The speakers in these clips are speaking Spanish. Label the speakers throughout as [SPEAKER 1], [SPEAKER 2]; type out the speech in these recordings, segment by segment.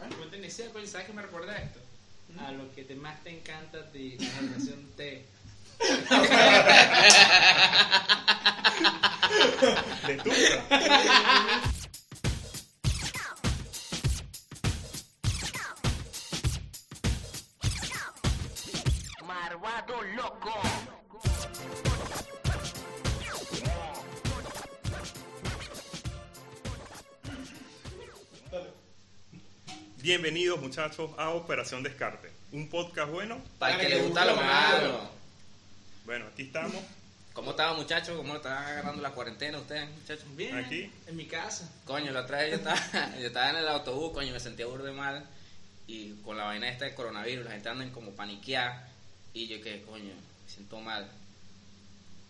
[SPEAKER 1] experiencia de ¿sabes que me recuerda a esto? A lo que te más te encanta a ti, la generación T.
[SPEAKER 2] De tuca.
[SPEAKER 3] Marvado loco.
[SPEAKER 2] Bienvenidos muchachos a Operación Descarte, un podcast bueno.
[SPEAKER 4] Para el que le gusta lo malo.
[SPEAKER 2] Bueno, aquí estamos,
[SPEAKER 4] ¿Cómo estaban muchachos? ¿Cómo lo estaban agarrando la cuarentena ustedes, muchachos?
[SPEAKER 1] Bien,
[SPEAKER 2] Aquí.
[SPEAKER 1] en mi casa.
[SPEAKER 4] Coño, la otra vez yo estaba, yo estaba en el autobús, coño, me sentía burde mal. Y con la vaina esta del coronavirus, la gente anda en como paniqueada. Y yo que, coño, me siento mal.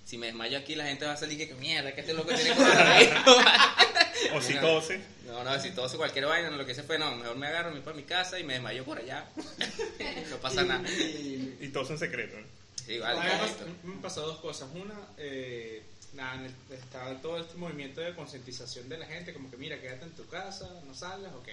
[SPEAKER 4] Si me desmayo aquí, la gente va a salir que, que mierda, que este loco tiene coronavirus.
[SPEAKER 2] o si tose.
[SPEAKER 4] No, no, si todo se cualquier vaina, no, lo que se fue, no, mejor me agarro, me voy para mi casa y me desmayo por allá. no pasa nada.
[SPEAKER 1] Y-
[SPEAKER 2] y tose en secreto. ¿no?
[SPEAKER 4] Sí, vale,
[SPEAKER 1] A mí me pas-
[SPEAKER 4] perfecto.
[SPEAKER 1] me pasó dos cosas. Una, eh, nada, en el- estaba todo este movimiento de concientización de la gente, como que mira, quédate en tu casa, no salgas, ok.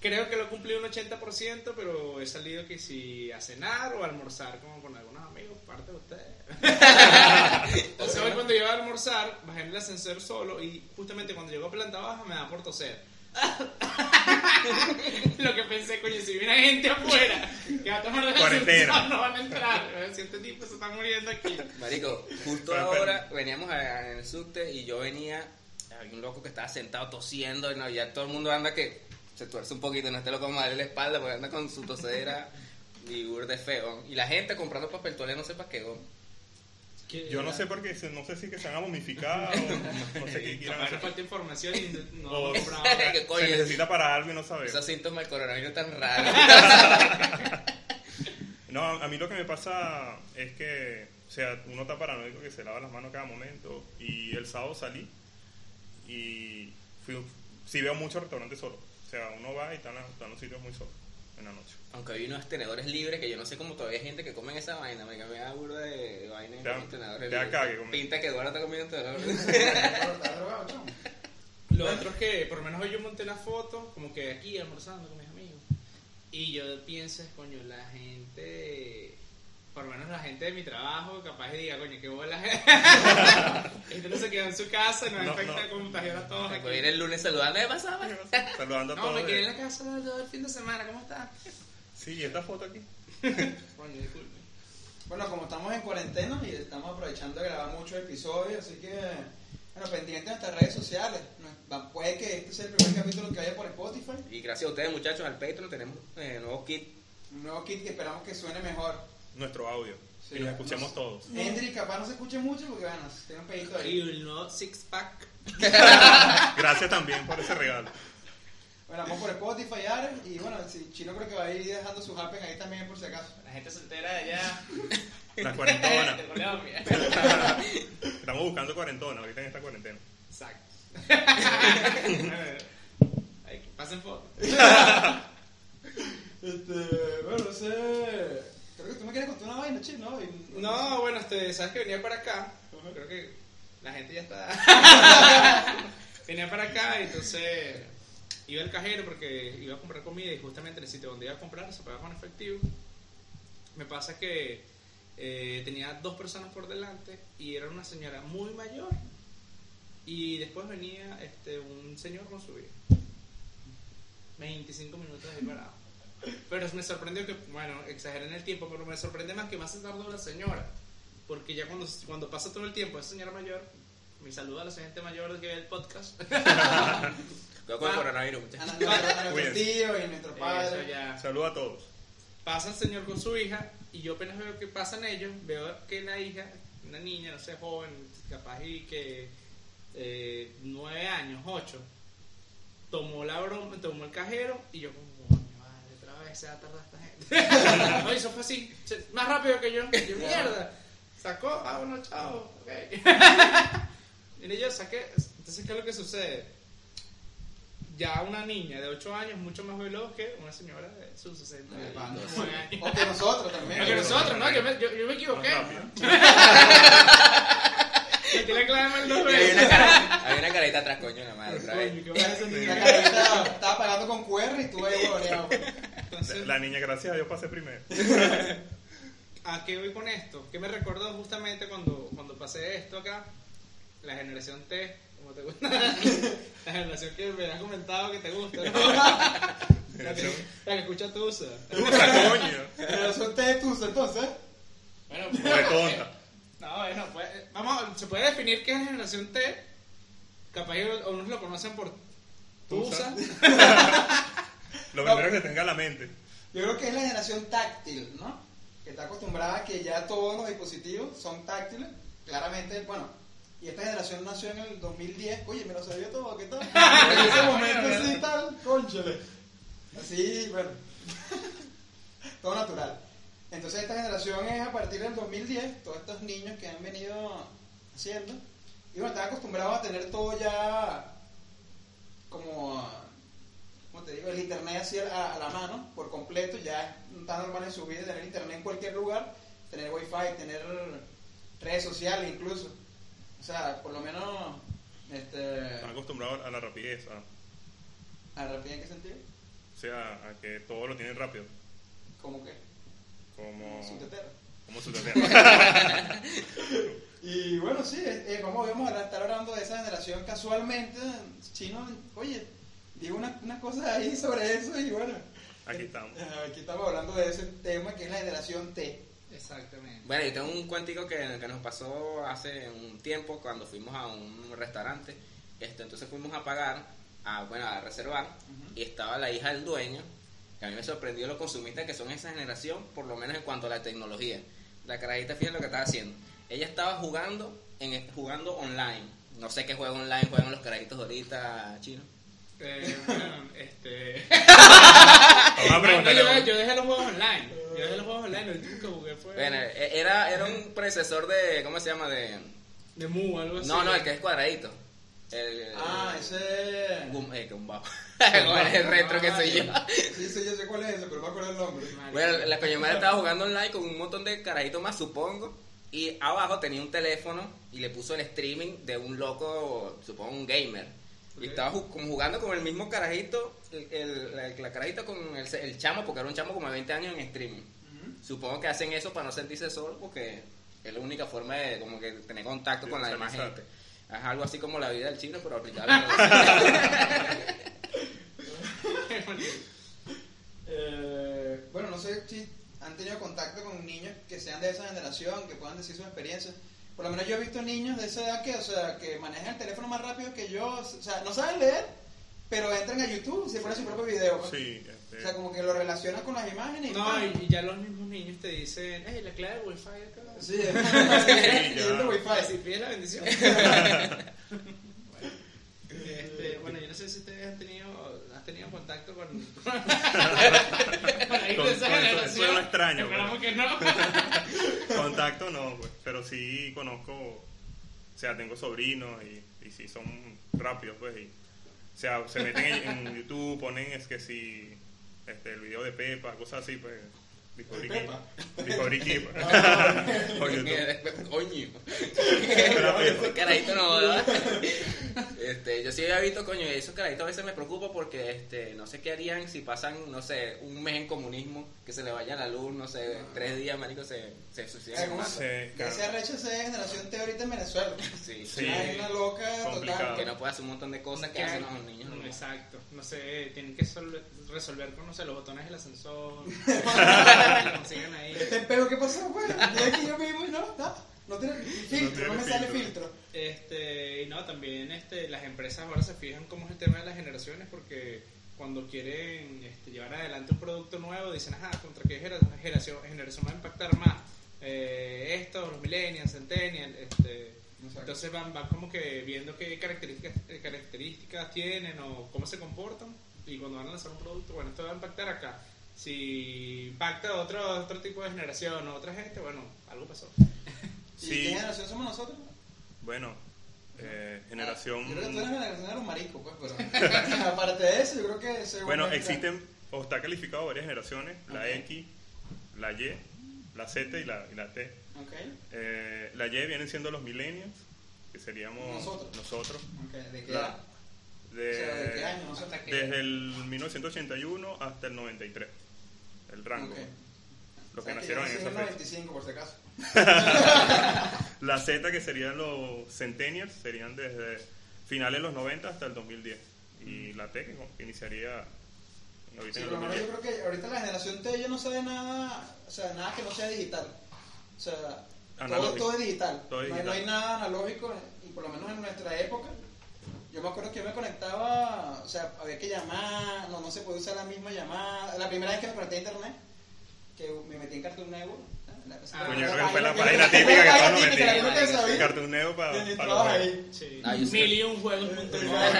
[SPEAKER 1] Creo que lo cumplí un 80%, pero he salido que si a cenar o a almorzar, como con algunos amigos, parte de ustedes. Entonces hoy cuando iba a almorzar, bajé en el ascensor solo y justamente cuando llegó a planta baja me da por toser. Lo que pensé, coño, si viene gente afuera que va a tomar el
[SPEAKER 2] Cuarentena.
[SPEAKER 1] ascensor, no van a entrar. Si este tipo se está muriendo aquí.
[SPEAKER 4] Marico, justo
[SPEAKER 2] Pero, pero-
[SPEAKER 4] ahora veníamos a- a- en el subte y yo venía, había un loco que estaba sentado tosiendo y no, ya todo el mundo anda que se tuerce un poquito, no esté loco como darle la espalda porque anda con su tosedera y burde feo. Y la gente comprando papel toalla no sé para qué. ¿no?
[SPEAKER 2] Yo no sé por qué, se- no sé si es que se van a momificar o no sé qué quieran
[SPEAKER 1] Capaz que
[SPEAKER 2] hacer.
[SPEAKER 1] falta información y no
[SPEAKER 2] Oh.
[SPEAKER 1] lo compraba.
[SPEAKER 4] ¿Qué coño?
[SPEAKER 2] Se necesita para algo y no
[SPEAKER 4] Esos
[SPEAKER 2] sabemos.
[SPEAKER 4] síntomas del coronavirus tan raros.
[SPEAKER 2] No, a a mí lo que me pasa es que, o sea, uno está paranoico que se lava las manos cada momento y el sábado salí y fui, sí veo muchos restaurantes solos. O sea, uno va y están, las- están los sitios muy solos en la noche.
[SPEAKER 4] Aunque hay unos tenedores libres que yo no sé cómo todavía hay gente que come esa vaina. Me me da burda de vaina
[SPEAKER 2] Te da-
[SPEAKER 4] en tenedores
[SPEAKER 2] te da
[SPEAKER 4] libres.
[SPEAKER 2] cague comer.
[SPEAKER 4] Pinta que Eduardo está comiendo tenedores.
[SPEAKER 1] Lo otro es que, por lo menos hoy yo monté una foto, como que aquí almorzando con mis amigos. Y yo pienso, es, coño, la gente, por lo menos la gente de mi trabajo, capaz que diga, coño, qué bola. este no se quedó en su casa y nos
[SPEAKER 2] No,
[SPEAKER 1] afecta
[SPEAKER 2] no.
[SPEAKER 1] contagiar a todos. aquí.
[SPEAKER 4] Viene el lunes saludando. ¿Qué pasaba?
[SPEAKER 2] Saludando a
[SPEAKER 1] No,
[SPEAKER 2] todos.
[SPEAKER 1] me quedé
[SPEAKER 2] de-
[SPEAKER 1] en la casa todo el fin de semana, ¿cómo estás?
[SPEAKER 2] Sí, ¿y esta foto aquí.
[SPEAKER 1] Coño, disculpe.
[SPEAKER 5] Bueno, como estamos en cuarentena y estamos aprovechando de grabar muchos episodios, así que, bueno, pendientes de nuestras redes sociales. No, va- Puede que este sea el primer capítulo que vaya por Spotify.
[SPEAKER 4] Y gracias a ustedes, muchachos, al Patreon tenemos eh, nuevos kits.
[SPEAKER 5] Un nuevo kit que esperamos que suene mejor.
[SPEAKER 2] Nuestro audio.
[SPEAKER 5] Sí,
[SPEAKER 2] que lo escuchemos
[SPEAKER 5] no-
[SPEAKER 2] todos.
[SPEAKER 5] Hendry capaz no se escuche mucho porque, bueno, tiene un pedito
[SPEAKER 1] Y
[SPEAKER 5] ahí.
[SPEAKER 1] el nuevo six pack.
[SPEAKER 2] Gracias también por ese regalo.
[SPEAKER 5] Bueno, vamos por Spotify, Ares, y bueno, si Chino creo que va a ir dejando sus happen ahí también por si acaso.
[SPEAKER 1] La gente soltera de allá,
[SPEAKER 2] La cuarentona.
[SPEAKER 1] de Colombia.
[SPEAKER 2] Estamos buscando cuarentona ahorita en esta cuarentena.
[SPEAKER 1] Exacto. Ay, que Pasen fotos.
[SPEAKER 5] Este, bueno, no sé. Creo que tú me quieres contar una vaina, Chino. ¿no? Y-
[SPEAKER 1] No, bueno, este, sabes que venía para acá. Creo que la gente ya está. venía para acá y entonces iba al cajero porque iba a comprar comida y justamente en el sitio donde iba a comprar se pagaba con efectivo. Me pasa que eh, tenía dos personas por delante y era una señora muy mayor y después venía este, un señor con su hija. 25 minutos ahí parado. Pero me sorprendió que, bueno, exageren el tiempo, pero me sorprende más que más se tardó la señora. Porque ya cuando, cuando pasa todo el tiempo, esa señora mayor, mi saludo a la gente mayor que ve el podcast.
[SPEAKER 4] Cuidado con
[SPEAKER 1] Ah.
[SPEAKER 4] el coronavirus,
[SPEAKER 5] A
[SPEAKER 4] muchachos.
[SPEAKER 5] nuestro a nuestro
[SPEAKER 2] Cuídense.
[SPEAKER 5] tío y a nuestro
[SPEAKER 1] Eso
[SPEAKER 5] padre.
[SPEAKER 1] ya.
[SPEAKER 2] Saludos a todos.
[SPEAKER 1] Pasa el señor con su hija y yo apenas veo que pasan ellos, veo que la hija, una niña, no sé, joven, capaz y que eh, nueve años, ocho, tomó la broma, tomó el cajero y yo como, coño, vale, otra vez se va a tardar esta gente. no, eso fue así, se- más rápido que yo, Y yo, mierda, sacó, ah, bueno, chao, ok. Mire, yo saqué, entonces, ¿qué es lo que sucede? Ya una niña de 8 años es mucho más veloz que una señora de sus 60
[SPEAKER 5] Ay,
[SPEAKER 1] años.
[SPEAKER 5] entonces.
[SPEAKER 1] Nueve años.
[SPEAKER 5] O que nosotros también.
[SPEAKER 1] Pero que nosotros, ¿no? Yo me, yo, yo me equivoqué.
[SPEAKER 2] Más rápido.
[SPEAKER 1] Me tiré clave mal dos
[SPEAKER 4] Había
[SPEAKER 1] veces.
[SPEAKER 4] una, cara, había una careta atrás, coño, la madre. otra vez.
[SPEAKER 1] Coño, qué buena esa
[SPEAKER 5] La
[SPEAKER 1] niña.
[SPEAKER 5] carita estaba pagando con QR y tú ahí huevoneado.
[SPEAKER 1] Entonces,
[SPEAKER 2] La niña, gracias a Dios, pasé primero.
[SPEAKER 1] ¿a qué voy con esto? ¿Qué me recordó justamente cuando, cuando pasé esto acá? La generación T, como te gusta. la generación que me has comentado que te gusta, ¿no? la, que, la que escucha Tusa.
[SPEAKER 2] Tusa, coño.
[SPEAKER 5] Pero son ustedes tus entonces.
[SPEAKER 1] Bueno,
[SPEAKER 2] Fue tonta.
[SPEAKER 1] No, bueno, pues, eh, vamos, se puede definir que es la generación T. Capaz que unos lo conocen por Tusa.
[SPEAKER 2] Tusa. Lo primero que se tenga en la mente.
[SPEAKER 5] Yo creo que es la generación táctil, ¿no? Que está acostumbrada a que ya todos los dispositivos son táctiles. Claramente, bueno. Y esta generación nació en el 2010. Oye, me lo sabía todo, ¿qué tal? En ese momento sí, tal, cónchale. Así, bueno. todo natural. Entonces esta generación es a partir del 2010, todos estos niños que han venido haciendo, y bueno, están acostumbrados a tener todo ya como, como te digo, el internet así a, a la mano, por completo, ya es tan normal en su vida tener internet en cualquier lugar, tener wifi, tener redes sociales incluso. O sea, por lo menos, este,
[SPEAKER 2] Están acostumbrados a la rapidez, a,
[SPEAKER 5] ¿a rapidez en qué sentido?
[SPEAKER 2] o sea, a que todo lo tienen rápido.
[SPEAKER 5] Como que,
[SPEAKER 2] Como
[SPEAKER 5] su tetero.
[SPEAKER 2] como su tetero.
[SPEAKER 5] Y bueno, sí, eh, eh, como vamos a estar hablando de esa generación casualmente, chino, oye, digo unas unas cosas ahí sobre eso y bueno.
[SPEAKER 2] Aquí estamos.
[SPEAKER 5] Eh, Aquí estamos hablando de ese tema que es la generación T.
[SPEAKER 1] Exactamente.
[SPEAKER 4] Bueno, yo tengo un cuentico que, que nos pasó hace un tiempo cuando fuimos a un restaurante. Este, entonces fuimos a pagar, a, bueno, a reservar, y estaba la hija del dueño. Que a mí me sorprendió lo consumistas que son esa generación, por lo menos en cuanto a la tecnología. La carajita, fíjate lo que estaba haciendo. Ella estaba jugando, en, e, jugando online. No sé qué juego online juegan los carajitos de ahorita, chino.
[SPEAKER 1] Eh, bueno, este.
[SPEAKER 2] Vamos a
[SPEAKER 1] Bueno,
[SPEAKER 2] preguntarle.
[SPEAKER 1] yo,
[SPEAKER 2] a-
[SPEAKER 1] yo dejé los juegos online. Yo dejé los juegos online. Lo último que jugué fue.
[SPEAKER 4] Bueno, e- era, era un predecesor de, ¿cómo se llama? De,
[SPEAKER 1] de Mu, algo así.
[SPEAKER 4] no, no, el que es cuadradito. El,
[SPEAKER 5] Pues Ah, ese...
[SPEAKER 4] Gum- eh, Gumbao. Con el retro que
[SPEAKER 5] Ah,
[SPEAKER 4] soy yo.
[SPEAKER 5] Sí, sí, yo sé cuál es ese, pero no me acuerdo el nombre.
[SPEAKER 4] Bueno, la coño madre estaba jugando online con un montón de carajitos más, supongo. Y abajo tenía un teléfono y le puso el streaming de un loco, supongo un gamer. Y
[SPEAKER 1] Ok.
[SPEAKER 4] estaba ju- como jugando con el mismo carajito, el, el- la, la carajita con el, el chamo, porque era un chamo como de 20 años en streaming.
[SPEAKER 5] Ujú.
[SPEAKER 4] Supongo que hacen eso para no sentirse solo porque es la única forma de como que tener contacto
[SPEAKER 2] De
[SPEAKER 4] con la demás gente.
[SPEAKER 2] socializar.
[SPEAKER 4] Es algo así como la vida del chino, pero aplicable. a la-
[SPEAKER 5] Eh, bueno, no sé si han tenido contacto con niños que sean de esa generación, que puedan decir sus experiencias. Por lo menos yo he visto niños de esa edad que, o sea, que manejan el teléfono más rápido que yo. O sea, no saben leer, pero entran a YouTube y se ponen su propio video. pues.
[SPEAKER 2] Sí,
[SPEAKER 5] O
[SPEAKER 2] este,
[SPEAKER 5] sea, como que lo relacionan con las imágenes. y
[SPEAKER 1] No,
[SPEAKER 5] tal.
[SPEAKER 1] y, y ya los mismos niños te dicen, hey, la clave de Wi-Fi acá.
[SPEAKER 5] Sí, es y es de
[SPEAKER 1] Si
[SPEAKER 5] Wi-Fi.
[SPEAKER 1] pides la bendición. Este, bueno, yo no sé si ustedes han tenido, has tenido contacto con, con alguien
[SPEAKER 2] Con-
[SPEAKER 1] de esa
[SPEAKER 2] con- con-
[SPEAKER 1] generación.
[SPEAKER 2] suena extraño,
[SPEAKER 1] Esperamos
[SPEAKER 2] bueno.
[SPEAKER 1] que no.
[SPEAKER 2] contacto no, pues, pero sí conozco, o sea, tengo sobrinos y, y sí son rápidos, pues, y, o sea, se meten en, en YouTube, ponen, es que si, este, el video de Pepa, cosas así, pues, Discovery
[SPEAKER 5] ¿De Pepa? Ah,
[SPEAKER 2] Kids, Discovery Kids, pues, por YouTube.
[SPEAKER 4] Coño.
[SPEAKER 2] Era Pepa.
[SPEAKER 4] Ese carajito no ¿verdad? Este, yo sí había visto, coño, y esos carajitos a veces me preocupa porque este, no sé qué harían si pasan, no sé, un mes en comunismo, que se le vaya la luz, no sé, tres días, marico, se, se suicidan.
[SPEAKER 5] ¿Cómo
[SPEAKER 4] se matan.
[SPEAKER 2] Sí,
[SPEAKER 5] Que
[SPEAKER 2] claro.
[SPEAKER 5] se arrecha esa generación T ahorita en Venezuela.
[SPEAKER 4] Sí.
[SPEAKER 2] Sí.
[SPEAKER 5] Hay una loca
[SPEAKER 2] Complicado.
[SPEAKER 4] Que
[SPEAKER 5] total.
[SPEAKER 4] no puede hacer un montón de cosas que
[SPEAKER 1] ¿Qué
[SPEAKER 4] hacen
[SPEAKER 1] hay?
[SPEAKER 4] los niños.
[SPEAKER 1] No,
[SPEAKER 4] ¿no?
[SPEAKER 1] Exacto. No sé, tienen que sol- resolver con, no sé, los botones del ascensor. Consigan ahí.
[SPEAKER 5] Este pedo, ¿qué pasó, güey? Estoy aquí yo mismo y no, no, no tiene filtro,
[SPEAKER 2] tiene
[SPEAKER 5] no me sale
[SPEAKER 2] filtro.
[SPEAKER 5] filtro.
[SPEAKER 1] Este, y no, también este, las empresas ahora se fijan cómo es el tema de las generaciones porque cuando quieren este, llevar adelante un producto nuevo dicen, ajá, ¿contra qué gener- generación, generación va a impactar más? Eh, estos, los millennials, centennials, este,
[SPEAKER 5] Exacto.
[SPEAKER 1] entonces van, van como que viendo qué características, eh, características tienen o cómo se comportan y cuando van a lanzar un producto, bueno, esto va a impactar acá. Si impacta a otro, otro tipo de generación o otra gente, bueno, algo pasó.
[SPEAKER 5] ¿Y
[SPEAKER 2] Sí.
[SPEAKER 5] qué generación somos nosotros?
[SPEAKER 2] Bueno, eh,
[SPEAKER 5] Ah, Yo creo que tú eres
[SPEAKER 2] generación,
[SPEAKER 5] la generación de los maricos, pues, pero aparte de eso, yo creo que... según
[SPEAKER 2] bueno,
[SPEAKER 5] esta-
[SPEAKER 2] existen, o está calificado varias generaciones, la
[SPEAKER 5] Ok.
[SPEAKER 2] X, la Y, la Z y la, y la T.
[SPEAKER 5] Ok,
[SPEAKER 2] Eh, la Y vienen siendo los millennials, que seríamos
[SPEAKER 5] Nosotros.
[SPEAKER 2] nosotros.
[SPEAKER 5] ok, ¿de qué
[SPEAKER 2] La,
[SPEAKER 5] edad?
[SPEAKER 2] de-
[SPEAKER 5] O sea, ¿de qué año? No sé.
[SPEAKER 1] Hasta que-
[SPEAKER 2] desde el 1981 hasta el 93. El rango.
[SPEAKER 5] Ok.
[SPEAKER 2] Los
[SPEAKER 5] O sea,
[SPEAKER 2] que nacieron
[SPEAKER 5] yo
[SPEAKER 2] en esa
[SPEAKER 5] nací el
[SPEAKER 2] fecha.
[SPEAKER 5] 95, por si acaso.
[SPEAKER 2] La Z, que serían los Centennials, serían desde finales de los 90 hasta el 2010. Y la T, que que iniciaría ahorita
[SPEAKER 5] Mm. Sí,
[SPEAKER 2] en el
[SPEAKER 5] por lo menos
[SPEAKER 2] 2010.
[SPEAKER 5] yo creo que ahorita la generación T ya no sabe nada, o sea, nada que no sea digital. O sea, todo,
[SPEAKER 2] Analógico.
[SPEAKER 5] todo es digital.
[SPEAKER 2] Todo es
[SPEAKER 5] No, hay, no hay
[SPEAKER 2] digital.
[SPEAKER 5] nada analógico, y por lo menos en nuestra época. Yo me acuerdo que yo me conectaba, o sea, había que llamar, no, no se podía usar la misma llamada. La primera vez que me conecté a internet, que me metí en Cartoon Network. ¿no? La-
[SPEAKER 1] Ah,
[SPEAKER 2] Coño,
[SPEAKER 5] la
[SPEAKER 2] creo que fue la
[SPEAKER 5] página-
[SPEAKER 2] página típica que todos
[SPEAKER 5] página
[SPEAKER 2] nos
[SPEAKER 5] típica, la única que
[SPEAKER 4] metimos.
[SPEAKER 5] sabía.
[SPEAKER 2] metimos. Cartuneo para
[SPEAKER 5] Yo ni
[SPEAKER 2] pa
[SPEAKER 5] entraba
[SPEAKER 2] los juegos.
[SPEAKER 5] ahí.
[SPEAKER 1] Sí.
[SPEAKER 4] Ah, yo sé.
[SPEAKER 1] Mil y un juegos. punto com.
[SPEAKER 5] Ah,
[SPEAKER 4] Yo-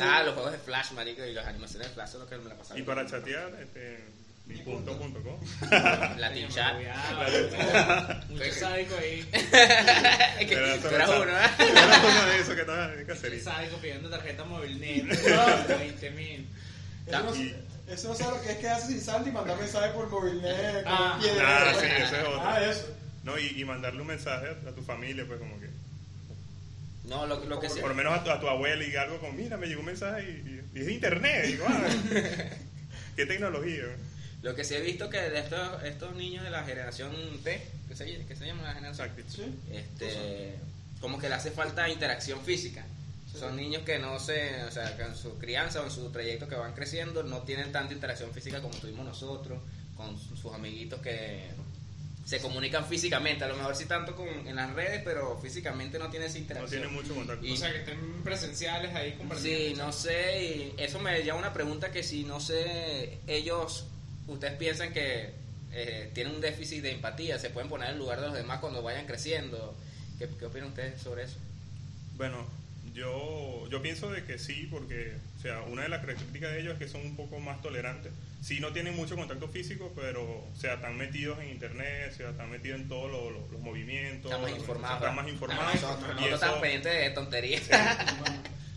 [SPEAKER 4] ah, los juegos de Flash, marico, y las animaciones de Flash son lo que me la pasaba.
[SPEAKER 2] Y para chatear, este, mi punto, punto, com.
[SPEAKER 4] Latin
[SPEAKER 1] Coño,
[SPEAKER 4] Chat.
[SPEAKER 1] cuidado. Mucho sádico ahí.
[SPEAKER 4] Es que
[SPEAKER 2] Era
[SPEAKER 4] tú
[SPEAKER 2] solo
[SPEAKER 4] eras
[SPEAKER 2] chat.
[SPEAKER 4] uno, ¿eh?
[SPEAKER 2] Era uno de esos que estaba en
[SPEAKER 1] Mucho
[SPEAKER 2] cacería.
[SPEAKER 1] sádico pidiendo tarjeta móvil neta. 20 mil.
[SPEAKER 5] Eso no-
[SPEAKER 2] Y-
[SPEAKER 5] Eso no sabe lo que es quedarse sin saldo y mandar mensajes por movilnet. con
[SPEAKER 1] Ah.
[SPEAKER 5] piedra.
[SPEAKER 2] Ah, sí, eso es otro.
[SPEAKER 5] Ah, eso.
[SPEAKER 2] No, y, y mandarle un mensaje a, a tu familia, pues como que.
[SPEAKER 4] No, lo, lo que sí.
[SPEAKER 2] Por lo menos a tu, a tu abuela y algo como, mira, me llegó un mensaje y, y es de internet. Y digo, "Ah, qué tecnología.
[SPEAKER 4] Lo que sí he visto que de estos, estos niños de la generación T, que se, que se llama la generación
[SPEAKER 2] Exacto.
[SPEAKER 5] Sí.
[SPEAKER 4] este, como que le hace falta interacción física.
[SPEAKER 5] Sí.
[SPEAKER 4] Son niños que no se, o sea, que en su crianza o en su trayecto que van creciendo no tienen tanta interacción física como tuvimos nosotros, con su- sus amiguitos que se comunican físicamente, a lo mejor sí tanto con, en las redes, pero físicamente no tienen esa
[SPEAKER 2] No
[SPEAKER 4] interacción.
[SPEAKER 2] tiene mucho contacto.
[SPEAKER 4] Y-
[SPEAKER 1] O sea, que estén presenciales ahí
[SPEAKER 4] Sí,
[SPEAKER 1] compartiendo.
[SPEAKER 4] no sé, y eso me lleva a una pregunta que si no sé, ellos, ustedes piensan que eh, tienen un déficit de empatía, se pueden poner en el lugar de los demás cuando vayan creciendo. ¿Qué, qué opinan ustedes sobre eso?
[SPEAKER 2] Bueno, yo, yo pienso de que sí, porque o sea, una de las características de ellos es que son un poco más tolerantes. Sí, no tienen mucho contacto físico, pero o sea, están metidos en internet, o sea, están metidos en todos los- los- los movimientos.
[SPEAKER 4] Están más
[SPEAKER 2] los-
[SPEAKER 4] informados.
[SPEAKER 2] Están más
[SPEAKER 4] Ah,
[SPEAKER 2] informados.
[SPEAKER 4] nosotros
[SPEAKER 2] y
[SPEAKER 4] nosotros
[SPEAKER 2] eso-
[SPEAKER 4] estamos pendientes de tonterías.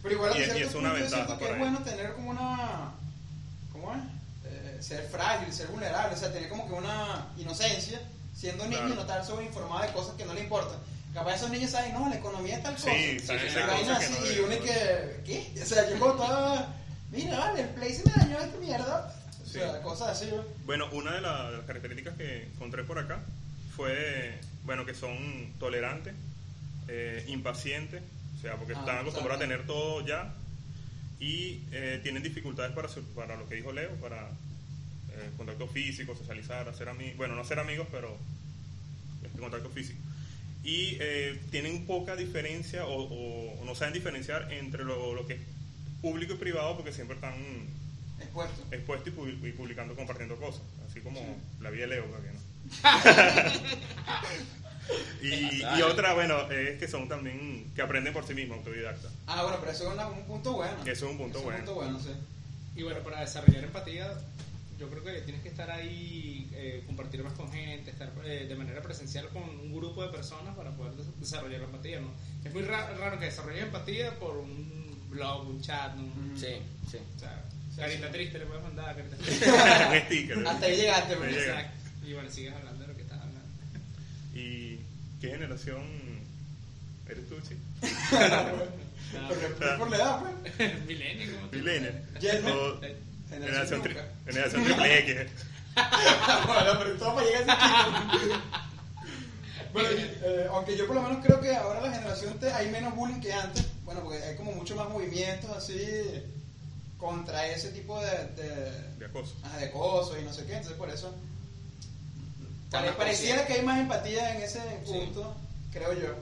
[SPEAKER 5] Pero igual,
[SPEAKER 2] Y
[SPEAKER 5] hasta
[SPEAKER 2] es- y
[SPEAKER 5] cierto
[SPEAKER 2] es una
[SPEAKER 5] punto, yo
[SPEAKER 2] ventaja
[SPEAKER 5] siento
[SPEAKER 2] para
[SPEAKER 5] que es
[SPEAKER 2] ellos.
[SPEAKER 5] bueno tener como una. ¿Cómo es? Eh, ser frágil, ser vulnerable, o sea, tener como que una inocencia, siendo niño
[SPEAKER 2] Claro.
[SPEAKER 5] y no estar sobreinformado de cosas que no le importan. Capaz esos niños saben, no, la economía es tal
[SPEAKER 2] Sí,
[SPEAKER 5] cosa.
[SPEAKER 2] saben
[SPEAKER 5] Y
[SPEAKER 2] esas
[SPEAKER 5] vainas
[SPEAKER 2] cosas que
[SPEAKER 5] así,
[SPEAKER 2] no
[SPEAKER 5] y
[SPEAKER 2] deben,
[SPEAKER 5] uno
[SPEAKER 2] ¿no?
[SPEAKER 5] que, ¿qué? O sea, yo como estaba, mira, vale, el play se me dañó esta mierda. O sea,
[SPEAKER 2] Sí.
[SPEAKER 5] cosas así, ¿no?
[SPEAKER 2] Bueno, una de, la- de las características que encontré por acá fue, bueno, que son tolerantes, eh, impacientes, o sea, porque
[SPEAKER 5] Ah,
[SPEAKER 2] están acostumbrados a
[SPEAKER 5] claro.
[SPEAKER 2] tener todo ya y eh, tienen dificultades para, su- para lo que dijo Leo, para eh, contacto físico, socializar, hacer amigos, bueno, no hacer amigos, pero este contacto físico. Y eh, tienen poca diferencia o, o- o no saben diferenciar entre lo, lo que es público y privado porque siempre están
[SPEAKER 5] expuesto.
[SPEAKER 2] expuesto y, pu- y publicando, compartiendo cosas, así como la vida de Leo, creo que no. y, y otra, bueno, es que son también que aprenden por sí mismos, autodidacta.
[SPEAKER 5] Ah, bueno, pero eso es una- un punto bueno.
[SPEAKER 2] Que eso es un punto
[SPEAKER 5] Eso
[SPEAKER 2] bueno.
[SPEAKER 5] sí.
[SPEAKER 1] Y bueno, para desarrollar empatía, yo creo que tienes que estar ahí, eh, compartir más con gente, estar eh, de manera presencial con un grupo de personas para poder des- desarrollar la empatía, ¿no? Es muy ra- raro que desarrolles empatía por un blog, un chat, un...
[SPEAKER 4] sí, sí.
[SPEAKER 1] O sea,
[SPEAKER 5] Sí,
[SPEAKER 1] carita
[SPEAKER 5] sí.
[SPEAKER 1] triste le puedes mandar, carita triste.
[SPEAKER 2] un sticker.
[SPEAKER 5] Hasta ahí llegaste,
[SPEAKER 2] Hasta ahí
[SPEAKER 5] pues.
[SPEAKER 2] llega.
[SPEAKER 1] Exacto. Y bueno, sigues hablando de lo que estás hablando.
[SPEAKER 2] ¿Y qué generación eres tú, sí?
[SPEAKER 5] Por, por, por la edad, pues.
[SPEAKER 1] Milenio, como tú.
[SPEAKER 2] Millennial.
[SPEAKER 5] Gen-
[SPEAKER 2] O
[SPEAKER 5] Generación
[SPEAKER 2] generación, tri-
[SPEAKER 5] nunca.
[SPEAKER 2] generación triple X. eh,
[SPEAKER 5] bueno, pero todo para llegar a ese chico. Bueno, y, eh, aunque yo por lo menos creo que ahora la generación T hay menos bullying que antes. Bueno, porque hay como mucho más movimientos así contra ese tipo de, de,
[SPEAKER 2] De acoso.
[SPEAKER 5] ah, de cosas y no sé qué. Entonces, por eso.
[SPEAKER 4] Está más
[SPEAKER 5] pareciera
[SPEAKER 4] consciente.
[SPEAKER 5] que hay más empatía en ese
[SPEAKER 4] Sí.
[SPEAKER 5] punto, creo yo.